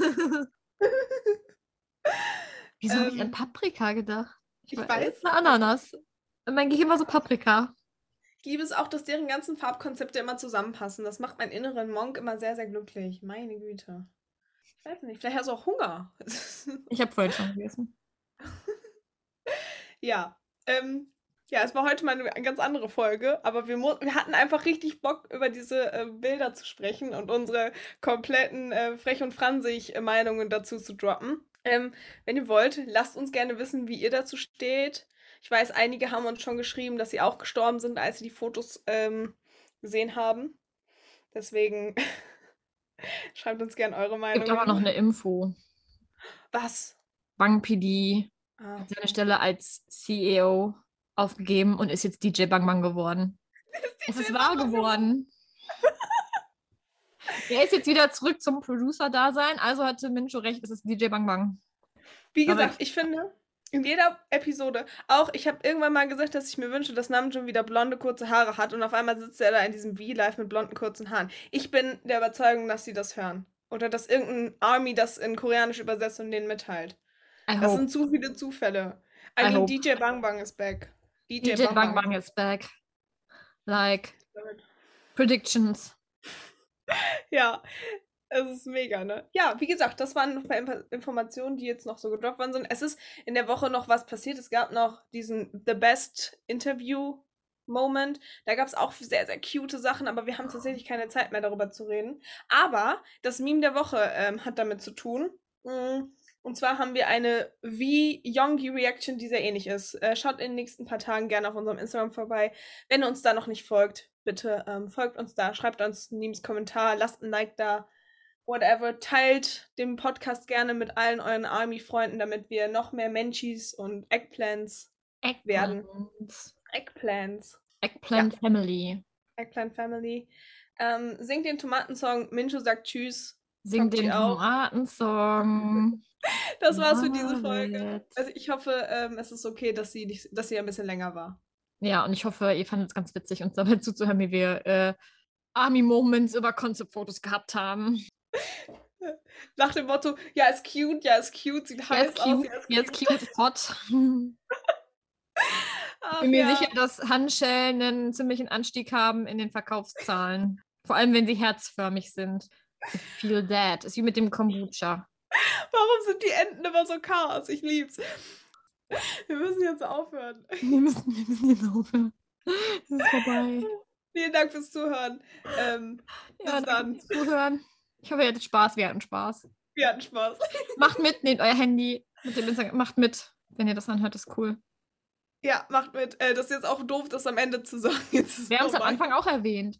Speaker 4: Wieso habe ich an
Speaker 1: Ähm,
Speaker 4: Paprika gedacht?
Speaker 1: ich
Speaker 4: Weil-
Speaker 1: weiß
Speaker 4: Eine Ananas. Mein Gehirn war so Paprika.
Speaker 1: Ich liebe es auch, dass deren ganzen Farbkonzepte immer zusammenpassen. Das macht meinen inneren Monk immer sehr, sehr glücklich. Meine Güte. Ich weiß nicht, vielleicht hast du auch Hunger. *laughs*
Speaker 4: Ich habe vorhin schon gegessen.
Speaker 1: Ja, ähm, ja, es war heute mal eine ganz andere Folge, aber wir, mu- wir hatten einfach richtig Bock, über diese äh, Bilder zu sprechen und unsere kompletten äh, Frech- und Franzig-Meinungen dazu zu droppen. Ähm, wenn ihr wollt, lasst uns gerne wissen, wie ihr dazu steht. Ich weiß, einige haben uns schon geschrieben, dass sie auch gestorben sind, als sie die Fotos ähm, gesehen haben. Deswegen *laughs* schreibt uns gerne eure
Speaker 4: Gibt
Speaker 1: Meinung.
Speaker 4: aber noch eine Info.
Speaker 1: Was?
Speaker 4: Bang PD
Speaker 1: Ah.
Speaker 4: hat seine Stelle als CEO aufgegeben und ist jetzt DJ Bang Bang geworden. Es ist
Speaker 1: *laughs*
Speaker 4: wahr geworden. Er ist jetzt wieder zurück zum Producer-Dasein, also hatte Mincho recht, es ist DJ Bang Bang.
Speaker 1: Wie
Speaker 4: Aber Hm.
Speaker 1: gesagt, ich finde, in jeder Episode, auch ich habe irgendwann mal gesagt, dass ich mir wünsche, dass Namjoon wieder blonde, kurze Haare hat und auf einmal sitzt er da in diesem V-Live mit blonden, kurzen Haaren. Ich bin der Überzeugung, dass sie das hören. Oder dass irgendein Army das in Koreanisch übersetzt und denen mitteilt.
Speaker 4: I
Speaker 1: Das
Speaker 4: hope.
Speaker 1: sind zu viele Zufälle.
Speaker 4: I
Speaker 1: I mean,
Speaker 4: hope.
Speaker 1: DJ Bang Bang is back.
Speaker 4: DJ Bang Bang, is back. Like predictions.
Speaker 1: *laughs* Ja, es ist mega, ne? Ja, wie gesagt, das waren noch ein paar Inf- Informationen, die jetzt noch so gedroppt worden sind. Es ist in der Woche noch was passiert. Es gab noch diesen The Best Interview Moment. Da gab es auch sehr, sehr cute Sachen, aber wir haben tatsächlich keine Zeit mehr darüber zu reden. Aber das Meme der Woche ähm, hat damit zu tun. Mm, Und zwar haben wir eine V-Yongi-Reaction, die sehr ähnlich ist. Äh, schaut in den nächsten paar Tagen gerne auf unserem Instagram vorbei. Wenn ihr uns da noch nicht folgt, bitte ähm, folgt uns da, schreibt uns einen liebes Kommentar, lasst ein Like da, whatever. Teilt den Podcast gerne mit allen euren Army-Freunden, damit wir noch mehr Menschis und Eggplants, Werden.
Speaker 4: Eggplant.
Speaker 1: Eggplants,
Speaker 4: Eggplant Family.
Speaker 1: Eggplant Family, ähm, singt den Tomatensong, Mincho sagt Tschüss.
Speaker 4: Sing
Speaker 1: Kommt die
Speaker 4: den
Speaker 1: auch?
Speaker 4: Tomatensong.
Speaker 1: *laughs* Das war's für diese Folge.
Speaker 4: Love it.
Speaker 1: Also ich hoffe, ähm, es ist okay, dass sie, nicht, dass sie ein bisschen länger war.
Speaker 4: Ja, und ich hoffe, ihr fandet es ganz witzig, uns dabei zuzuhören, wie wir äh, Army-Moments über Concept-Fotos gehabt haben.
Speaker 1: Nach dem Motto, ja, ist cute, ja, ist cute, sieht
Speaker 4: Ja,
Speaker 1: heiß
Speaker 4: ist
Speaker 1: aus,
Speaker 4: cute, ja, ist cute, ist hot. *laughs* Ich
Speaker 1: Ach,
Speaker 4: bin mir
Speaker 1: ja.
Speaker 4: sicher, dass Handschellen einen ziemlichen Anstieg haben in den Verkaufszahlen. Vor allem, wenn sie herzförmig sind. I feel that. Ist wie mit dem Kombucha.
Speaker 1: Warum sind die Enten immer so Chaos? Ich lieb's. Wir müssen jetzt aufhören.
Speaker 4: *laughs* Wir müssen, wir müssen jetzt aufhören. Es ist vorbei.
Speaker 1: Vielen Dank fürs Zuhören. Ähm, bis
Speaker 4: *laughs* Ja,
Speaker 1: dann.
Speaker 4: danke fürs Zuhören. Ich hoffe, ihr hattet Spaß. Wir hatten Spaß.
Speaker 1: Wir hatten Spaß.
Speaker 4: Macht mit, nehmt euer Handy mit dem Instagram. Macht mit, wenn ihr das anhört, ist cool.
Speaker 1: Ja, macht mit. Äh, das ist jetzt auch doof, das am Ende zu sagen. Jetzt ist
Speaker 4: Wir haben es am
Speaker 1: vorbei.
Speaker 4: Anfang auch erwähnt.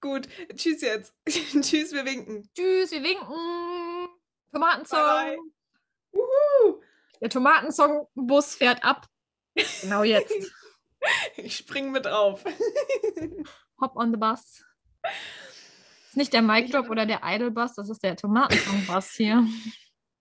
Speaker 1: Gut. Tschüss jetzt. *laughs* Tschüss, wir winken.
Speaker 4: Tschüss, wir winken. Tomatensong.
Speaker 1: Bye, bye. Wuhu!
Speaker 4: Der Tomatensong-Bus fährt ab. Genau jetzt. *laughs*
Speaker 1: Ich spring mit drauf.
Speaker 4: Hop on the Bus. Ist nicht der Mic Drop oder der Idle Bus, das ist der Tomatensong Bus hier.